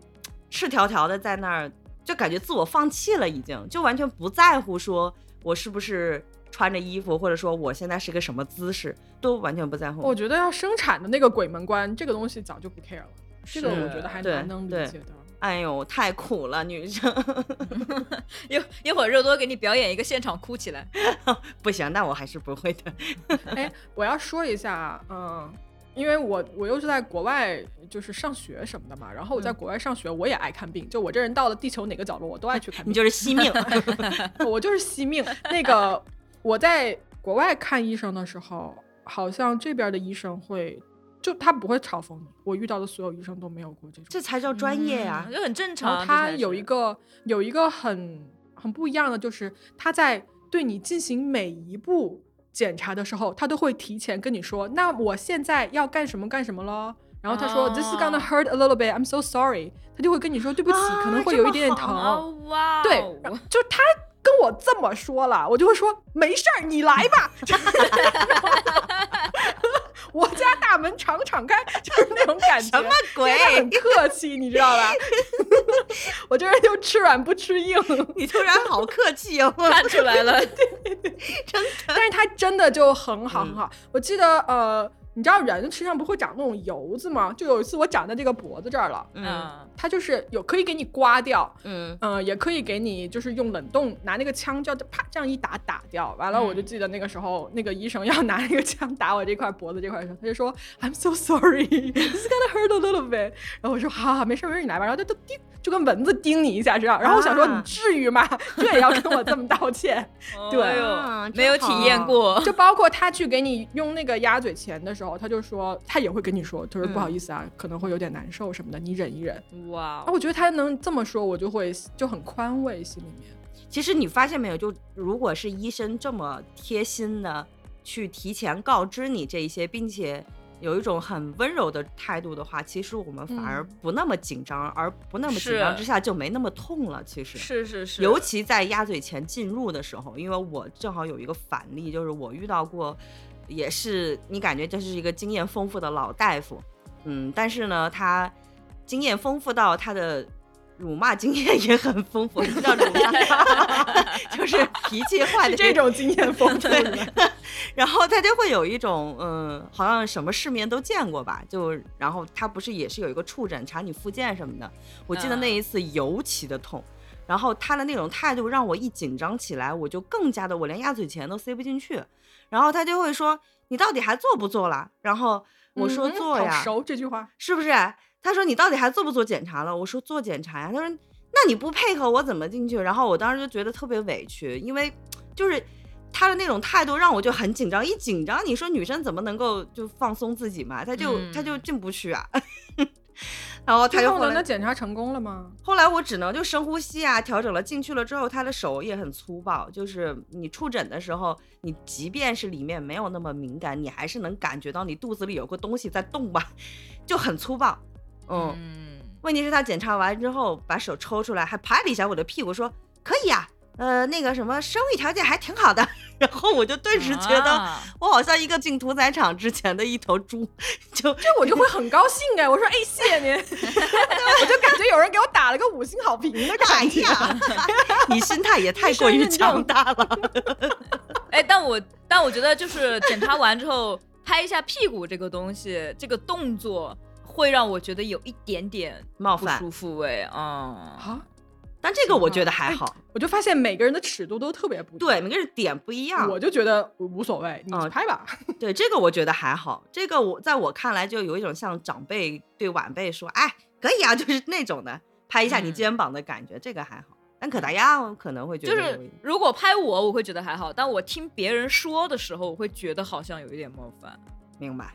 Speaker 2: 赤条条的在那儿，就感觉自我放弃了，已经就完全不在乎说我是不是穿着衣服，或者说我现在是个什么姿势，都完全不在乎。
Speaker 1: 我觉得要生产的那个鬼门关，这个东西早就不 care 了。这个我觉得还
Speaker 2: 对
Speaker 1: 蛮能理
Speaker 2: 对
Speaker 1: 解的。
Speaker 2: 哎呦，太苦了，女生。
Speaker 3: 一一会儿肉多给你表演一个现场哭起来，
Speaker 2: 不行，那我还是不会的。
Speaker 1: 哎，我要说一下，嗯，因为我我又是在国外就是上学什么的嘛，然后我在
Speaker 3: 嗯
Speaker 1: 国外上学，我也爱看病，就我这人到了地球哪个角落，我都爱去看病。
Speaker 2: 你就是惜命。
Speaker 1: 我就是惜 命。那个我在国外看医生的时候，好像这边的医生会，就他不会嘲讽你。我遇到的所有医生都没有过这种。
Speaker 2: 这才叫专业呀、
Speaker 3: 嗯就很正
Speaker 1: 然
Speaker 3: 常。
Speaker 1: 后
Speaker 3: 这
Speaker 1: 他
Speaker 3: 才是
Speaker 1: 有一个有一个很很不一样的，就是他在对你进行每一步检查的时候，他都会提前跟你说，那我现在要干什么干什么咯。然后他说、This is gonna
Speaker 3: 哦
Speaker 1: hurt a little bit. I'm so sorry。”他就会跟你说：“对不起，可能
Speaker 2: 啊
Speaker 1: 会
Speaker 2: 这
Speaker 1: 有一
Speaker 2: 么
Speaker 1: 点点
Speaker 2: 好
Speaker 1: 疼。
Speaker 3: 啊哇哦，
Speaker 1: 对，然后就他跟我这么说了，我就会说没事儿，你来吧。 我家大门常敞开，就是那种感觉。
Speaker 2: 什么
Speaker 1: 因为他
Speaker 2: 鬼
Speaker 1: 很？客气，你知道 吧？我这人就吃软不吃硬，
Speaker 2: 你突然好客气 哦，
Speaker 3: 看出 来了，
Speaker 2: 真的。
Speaker 1: 但是他真的就很好
Speaker 2: 嗯
Speaker 1: 很好。我记得呃，你知道人身上不会长那种油子吗？就有一次我长在这个脖子这儿了，
Speaker 2: 嗯
Speaker 3: 嗯
Speaker 1: 它就是有可以给你刮掉，
Speaker 2: 嗯
Speaker 1: 嗯、也可以给你就是用冷冻拿那个枪就啪这样一打打掉。完了，
Speaker 3: 嗯
Speaker 1: 我就记得那个时候、那个医生要拿那个枪打我这块脖子这块的时候，他就说 I'm so sorry, it's gonna hurt a little bit。然后我说好好好，没事没事，你来吧。然后他就叮，就跟蚊子叮你一下知道。然后我想说、
Speaker 2: 啊
Speaker 1: 你至于吗？这也要跟我这么道歉？ 对
Speaker 3: 哎呦
Speaker 2: 啊
Speaker 3: 没有
Speaker 2: 真
Speaker 3: 体
Speaker 2: 好
Speaker 3: 验过，
Speaker 1: 就包括他去给你用那个鸭嘴钳的时候，他就说他也会跟你说，他说
Speaker 3: 嗯
Speaker 1: 不好意思啊，可能会有点难受什么的，你忍一忍。
Speaker 3: 哇
Speaker 1: 啊，，
Speaker 3: 哦
Speaker 1: 我觉得他能这么说，我就会就很宽慰心里面。
Speaker 2: 其实你发现没有，就如果是医生这么贴心的去提前告知你这一些，并且有一种很温柔的态度的话，其实我们反而
Speaker 1: 嗯
Speaker 2: 不那么紧张，而不那么紧张
Speaker 3: 是
Speaker 2: 之下就没那么痛了。其实
Speaker 3: 是是是，
Speaker 2: 尤其在鸭嘴钳进入的时候，因为我正好有一个反例，就是我遇到过，也是你感觉这是一个经验丰富的老大夫，嗯，但是呢，他经验丰富到他的辱骂经验也很丰富，你知道辱 骂就是脾气坏的
Speaker 1: 是这种经验丰富
Speaker 2: 对
Speaker 1: 是吧
Speaker 2: 然后他就会有一种，嗯，好像什么世面都见过吧，就然后他不是也是有一个触诊查你附件什么的，我记得那一次尤其的痛，然后他的那种态度让我一紧张起来，我就更加的我连鸭嘴钳都塞不进去，然后他就会说你到底还做不做了？然后我说
Speaker 1: 嗯
Speaker 2: 做
Speaker 1: 好
Speaker 2: 呀，
Speaker 1: 熟这句话，
Speaker 2: 是不是？他说你到底还做不做检查了？我说做检查呀。他说那你不配合我怎么进去？然后我当时就觉得特别委屈，因为就是他的那种态度让我就很紧张，一紧张你说女生怎么能够就放松自己嘛？他就、他就
Speaker 3: 嗯
Speaker 2: 进不去啊。 然后他
Speaker 1: 最
Speaker 2: 就
Speaker 1: 后
Speaker 2: 后
Speaker 1: 呢？那
Speaker 2: 来
Speaker 1: 检查成功了吗？
Speaker 2: 后来我只能就深呼吸啊，调整了进去了之后，他的手也很粗暴，就是你触诊的时候，你即便是里面没有那么敏感，你还是能感觉到你肚子里有个东西在动吧，就很粗暴，嗯
Speaker 3: 嗯，
Speaker 2: 问题是他检查完之后，把手抽出来，还拍了一下我的屁股，说：“可以啊，呃，那个什么，生育条件还挺好的。” 然后我就顿时觉得，
Speaker 3: 啊
Speaker 2: 我好像一个进屠宰场之前的一头猪，就
Speaker 1: 这我就会很高兴哎！我说哎，谢谢您， 我就感觉有人给我打了个五星好评的
Speaker 2: 哎
Speaker 1: 感觉。
Speaker 2: 呀，你心态也太过于强大了。
Speaker 3: 哎，但我但我觉得就是检查完之后拍一下屁股这个东西，这个动作会让我觉得有一点点
Speaker 2: 冒
Speaker 3: 不
Speaker 2: 犯
Speaker 3: 舒服哎，嗯，
Speaker 1: 啊！
Speaker 2: 但这个我觉得还好，
Speaker 1: 我就发现每个人的尺度都特别不一
Speaker 2: 对
Speaker 1: 样
Speaker 2: 每个人点不一样
Speaker 1: 我。就觉得无所谓，你
Speaker 2: 啊
Speaker 1: 拍吧。
Speaker 2: 对这个我觉得还好，这个我在我看来就有一种像长辈对晚辈说：“哎，可以啊”，就是那种的，拍一下你
Speaker 3: 嗯
Speaker 2: 肩膀的感觉，这个还好。但可达鸭我可能会觉
Speaker 3: 就
Speaker 2: 得有
Speaker 3: 是
Speaker 2: 一
Speaker 3: 如果拍我，我会觉得还好，但我听别人说的时候，我会觉得好像有一点冒犯。
Speaker 2: 明白。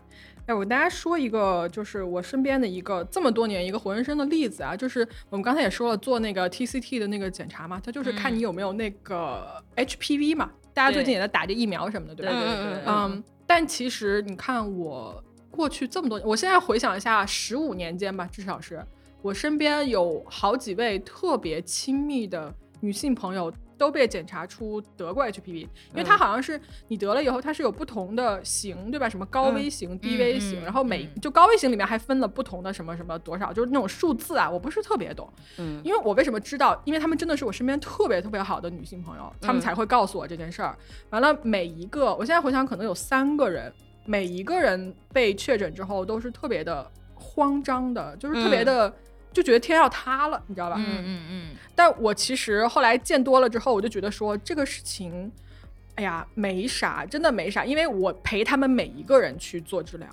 Speaker 1: 哎，我跟大家说一个，就是我身边的一个这么多年一个活生生的例子啊，就是我们刚才也说了，做那个 TCT 的那个检查嘛，它就是看
Speaker 3: 嗯
Speaker 1: 你有没有那个 HPV 嘛，大家最近也在打这疫苗什么的，对
Speaker 3: 对
Speaker 1: 吧？
Speaker 3: 对
Speaker 2: 嗯
Speaker 3: 对，
Speaker 2: 嗯
Speaker 1: 嗯，但其实你看我过去这么多，我现在回想一下，十五年间吧，至少是我身边有好几位特别亲密的女性朋友都被检查出得过 HPV，因为它
Speaker 2: 嗯
Speaker 1: 好像是你得了以后，它是有不同的型，对吧？什么高危型、低危型，
Speaker 3: 嗯
Speaker 1: 然后每、
Speaker 3: 嗯
Speaker 1: 就高危型里面还分了不同的什么什么多少，就是那种数字啊，我不是特别懂。
Speaker 2: 嗯
Speaker 1: 因为我为什么知道？因为他们真的是我身边特别特别好的女性朋友，他们
Speaker 2: 嗯
Speaker 1: 才会告诉我这件事儿。完了，每一个，我现在回想，可能有三个人，每一个人被确诊之后都是特别的慌张的，就是特别的，就觉得天要塌了，你知道吧？
Speaker 3: 嗯嗯，
Speaker 1: 但我其实后来见多了之后，我就觉得说这个事情，哎呀，没啥，真的没啥，因为我陪他们每一个人去做治疗。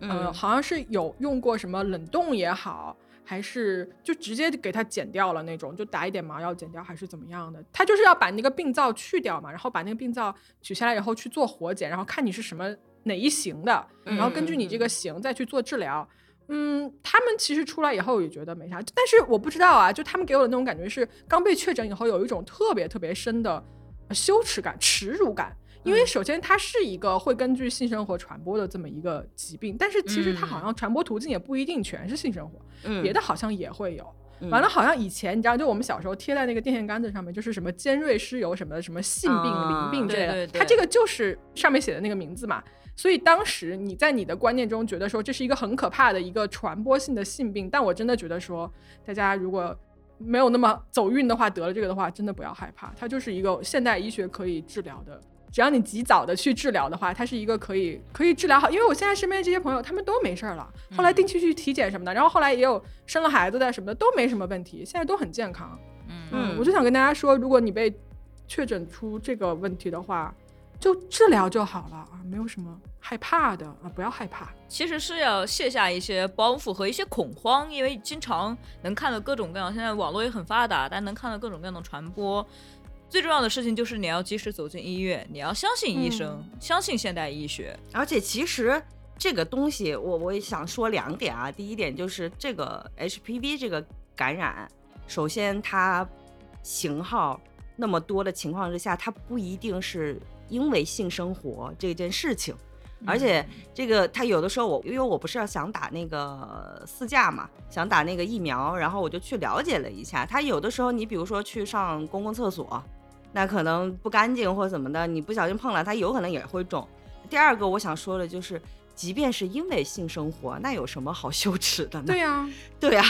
Speaker 1: 呃，
Speaker 2: 嗯
Speaker 1: 好像是有用过什么冷冻也好，还是就直接给它剪掉了那种，就打一点麻药剪掉还是怎么样的？它就是要把那个病灶去掉嘛，然后把那个病灶取下来以后去做活检，然后看你是什么哪一型的，然后根据你这个型再去做治疗。嗯，他们其实出来以后也觉得没啥，但是我不知道啊，就他们给我的那种感觉是，刚被确诊以后有一种特别特别深的呃羞耻感、耻辱感，因
Speaker 2: 嗯
Speaker 1: 为首先它是一个会根据性生活传播的这么一个疾病，但是其实它好像传播途径也不一定全是性生活，
Speaker 2: 嗯
Speaker 1: 别的好像也会有。
Speaker 2: 嗯
Speaker 1: 完了，好像以前你知道，就我们小时候贴在那个电线杆子上面，就是什么尖锐湿疣什么的，什么性病、
Speaker 2: 啊
Speaker 1: 淋病之类
Speaker 3: 对
Speaker 1: 的。
Speaker 3: 对对
Speaker 1: 它这个就是上面写的那个名字嘛。所以当时你在你的观念中觉得说这是一个很可怕的一个传播性的性病，但我真的觉得说，大家如果没有那么走运的话，得了这个的话，真的不要害怕，它就是一个现代医学可以治疗的。只要你及早的去治疗的话，它是一个可以可以治疗好。因为我现在身边这些朋友，他们都没事儿了，后
Speaker 3: 嗯
Speaker 1: 来定期去体检什么的，然后后来也有生了孩子的什么的，都没什么问题，现在都很健康。
Speaker 3: 嗯
Speaker 2: 嗯
Speaker 1: 我就想跟大家说，如果你被确诊出这个问题的话，就治疗就好了啊，没有什么害怕的啊，不要害怕。
Speaker 3: 其实是要卸下一些包袱和一些恐慌，因为经常能看到各种各样，现在网络也很发达，但能看到各种各样的传播。最重要的事情就是你要及时走进医院，你要相信医生，
Speaker 2: 嗯
Speaker 3: 相信现代医学。
Speaker 2: 而且其实这个东西，我我也想说两点啊。第一点就是这个 HPV 这个感染，首先它型号那么多的情况之下，它不一定是因为性生活这件事情。而且这个他有的时候我因为我不是要想打那个四价嘛，想打那个疫苗，然后我就去了解了一下，他有的时候你比如说去上公共厕所，那可能不干净或者怎么的，你不小心碰了，它有可能也会中。第二个我想说的就是，即便是因为性生活，那有什么好羞耻的呢？
Speaker 1: 对呀、
Speaker 2: 对啊，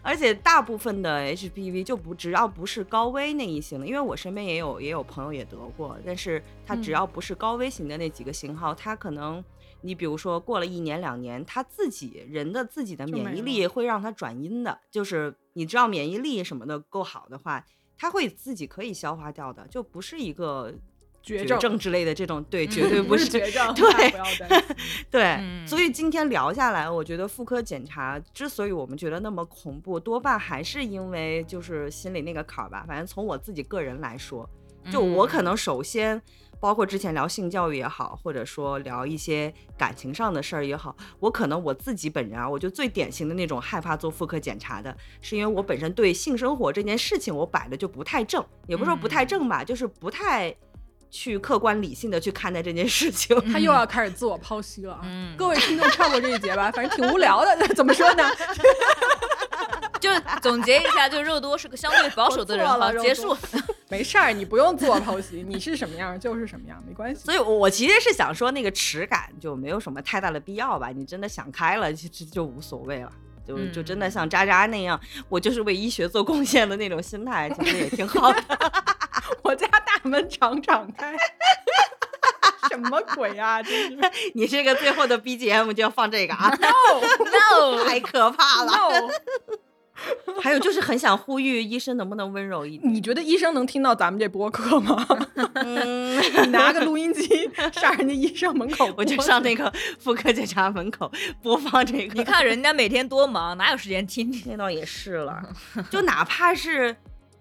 Speaker 2: 而且大部分的 HPV 就不只要不是高危那一型的，因为我身边也有也有朋友也得过，但是他
Speaker 1: 嗯
Speaker 2: 只要不是高危型的那几个型号，他可能你比如说过了一年两年，他自己人的自己的
Speaker 1: 就
Speaker 2: 免
Speaker 1: 没
Speaker 2: 疫
Speaker 1: 了
Speaker 2: 力会让他转阴的，就是你知道免疫力什么的够好的话，他会自己可以消化掉的，就不是一个
Speaker 1: 绝
Speaker 2: 症
Speaker 1: 症
Speaker 2: 之类的这种，对，
Speaker 3: 嗯
Speaker 2: 绝对
Speaker 1: 不
Speaker 2: 不是
Speaker 1: 绝症，
Speaker 2: 对
Speaker 1: 大家不要担 心。
Speaker 2: 对，
Speaker 3: 嗯
Speaker 2: 所以今天聊下来，我觉得妇科检查之所以我们觉得那么恐怖，多半还是因为就是心里那个坎儿吧。反正从我自己个人来说，就我可
Speaker 3: 嗯
Speaker 2: 能首先，包括之前聊性教育也好，或者说聊一些感情上的事儿也好，我可能我自己本人啊，我就最典型的那种害怕做妇科检查的，是因为我本身对性生活这件事情我摆的就不太正，也不是说不太
Speaker 3: 嗯
Speaker 2: 正吧，就是不太去客观理性的去看待这件事情。
Speaker 1: 他又要开始自我剖析了啊！
Speaker 3: 嗯
Speaker 1: 各位听众跳过这一节吧，反正挺无聊的。 怎么说呢？
Speaker 3: 就总结一下，就肉多是个相对保守的人
Speaker 2: 我错了
Speaker 3: 哈。
Speaker 2: 肉多
Speaker 3: 结束，
Speaker 1: 没事儿，你不用自我剖析，你是什么样就是什么样，没关系。
Speaker 2: 所以，我其实是想说，那个耻感就没有什么太大的必要吧。你真的想开了，其实就无所谓了。就就真的像渣渣那样，我就是为医学做贡献的那种心态，其实也挺好的。
Speaker 1: 我家大门常敞开。 什么鬼啊！真 是
Speaker 2: 你这个最后的 BGM 就要放这个啊，
Speaker 3: no，
Speaker 2: 太可怕了。
Speaker 1: no！
Speaker 2: 还有就是很想呼吁医生能不能温柔一点。
Speaker 1: 你觉得医生能听到咱们这播客吗？
Speaker 2: 嗯，
Speaker 1: 你拿个录音机上人家医生门口播，
Speaker 2: 我就上那个妇科检查门口播放这个。
Speaker 3: 你看人家每天多忙，哪有时间听你？
Speaker 2: 那倒也是了，
Speaker 3: 嗯
Speaker 2: 就哪怕是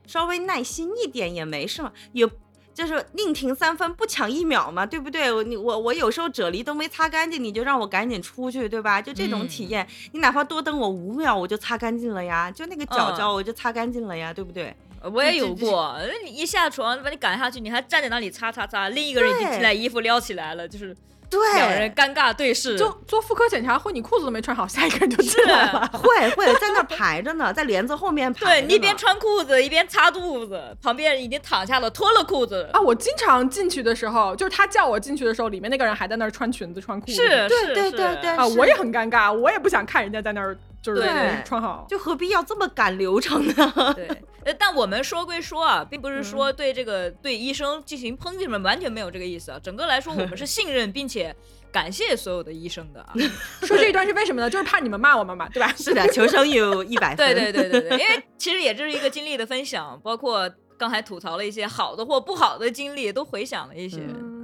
Speaker 2: 稍微耐心一点也没事嘛，也就是宁停三分不抢一秒嘛，对不对？我你我我有时候啫喱都没擦干净，你就让我赶紧出去，对吧？就这种体
Speaker 3: 嗯
Speaker 2: 验，你哪怕多等我五秒，我就擦干净了呀，就那个脚
Speaker 3: 嗯
Speaker 2: 脚我就擦干净了呀，对不对？
Speaker 3: 我也有
Speaker 2: 这这
Speaker 3: 过，你一下床把你赶下去，你还站在那里擦擦擦，另一个人已经
Speaker 2: 对
Speaker 3: 进来，衣服撩起来了，就是两人
Speaker 2: 对。
Speaker 3: 尴尬对视。
Speaker 1: 做做妇科检查会，你裤子都没穿好，下一个人就进
Speaker 3: 是
Speaker 1: 来了。
Speaker 2: 会会在那儿排着呢，在帘子后面排
Speaker 3: 对
Speaker 2: 着呢。
Speaker 3: 你一边穿裤子一边擦肚子，旁边人已经躺下了，脱了裤子。
Speaker 1: 啊，我经常进去的时候，就是他叫我进去的时候，里面那个人还在那儿穿裙子、穿裤子。
Speaker 3: 是
Speaker 2: 对
Speaker 3: 是
Speaker 2: 对
Speaker 3: 是
Speaker 2: 对对
Speaker 1: 啊，
Speaker 2: 是
Speaker 1: 我也很尴尬，我也不想看人家在那儿就是
Speaker 2: 对
Speaker 1: 穿好。
Speaker 2: 就何必要这么赶流程呢？
Speaker 3: 对，呃但我们说归说啊，并不是说对这个、对医生进行抨击什么，完全没有这个意思啊。整个来说，我们是信任并且感谢所有的医生的啊。
Speaker 1: 说这一段是为什么呢？就是怕你们骂我们嘛，对吧？
Speaker 2: 是的，求生欲一百分。
Speaker 3: 对对对对对，因为其实也这是一个经历的分享，包括刚才吐槽了一些好的或不好的经历，都回想了一些。
Speaker 1: 嗯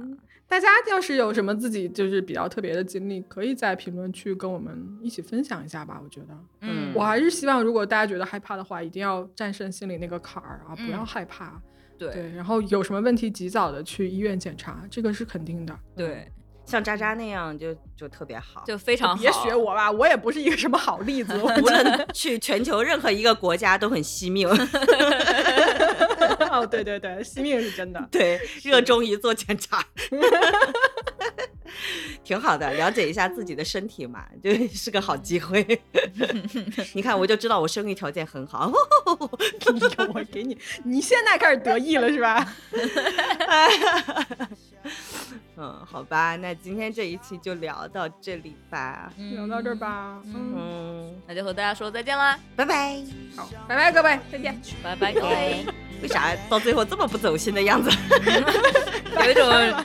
Speaker 1: 大家要是有什么自己就是比较特别的经历，可以在评论区跟我们一起分享一下吧。我觉得，
Speaker 2: 嗯
Speaker 1: 我还是希望如果大家觉得害怕的话，一定要战胜心里那个坎儿啊，不要
Speaker 3: 嗯
Speaker 1: 害怕。
Speaker 3: 对
Speaker 1: 对，然后有什么问题及早的去医院检查，这个是肯定的。
Speaker 3: 对，
Speaker 2: 像渣渣那样就就特别好，
Speaker 3: 就非常
Speaker 1: 嗯
Speaker 3: 好。
Speaker 1: 别学我吧，我也不是一个什么好例子。我
Speaker 2: 无
Speaker 1: 真的
Speaker 2: 论去全球任何一个国家都很惜命，
Speaker 1: 哦，对对对，惜命是真的。
Speaker 2: 对，热衷于做检查，挺好的，了解一下自己的身体嘛， 就是个好机会。 你看，我就知道我生育条件很好，
Speaker 1: 我给你，你现在开始得意了是吧？
Speaker 2: 嗯，好吧，那今天这一期就聊到这里吧，
Speaker 1: 聊到这儿，吧，嗯，
Speaker 2: 嗯，
Speaker 3: 那就和大家说再见啦，
Speaker 2: 拜拜。
Speaker 1: 好，拜拜各位，再见。
Speaker 3: 拜拜各位。
Speaker 2: 为啥到最后这么不走心的样子？
Speaker 3: 有一种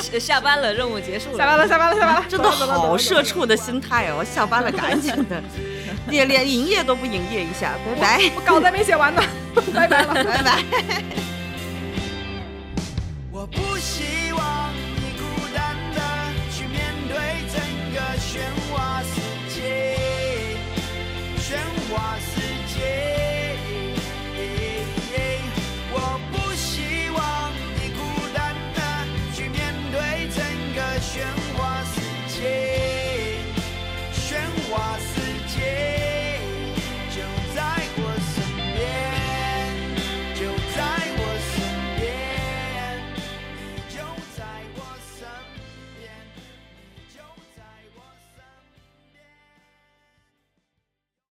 Speaker 3: 下下班了，任务结束了，
Speaker 1: 下班了，下班了，下班了，
Speaker 2: 真的好社畜的心态哦！下班了赶紧 的，也连营业都不营业一下，拜拜，
Speaker 1: 我稿子还没写完呢， 拜拜了。
Speaker 2: 拜拜。
Speaker 4: 我不希望你孤单的去面对整个喧哗世界，喧哗世界。我不希望你孤单的去面对整个喧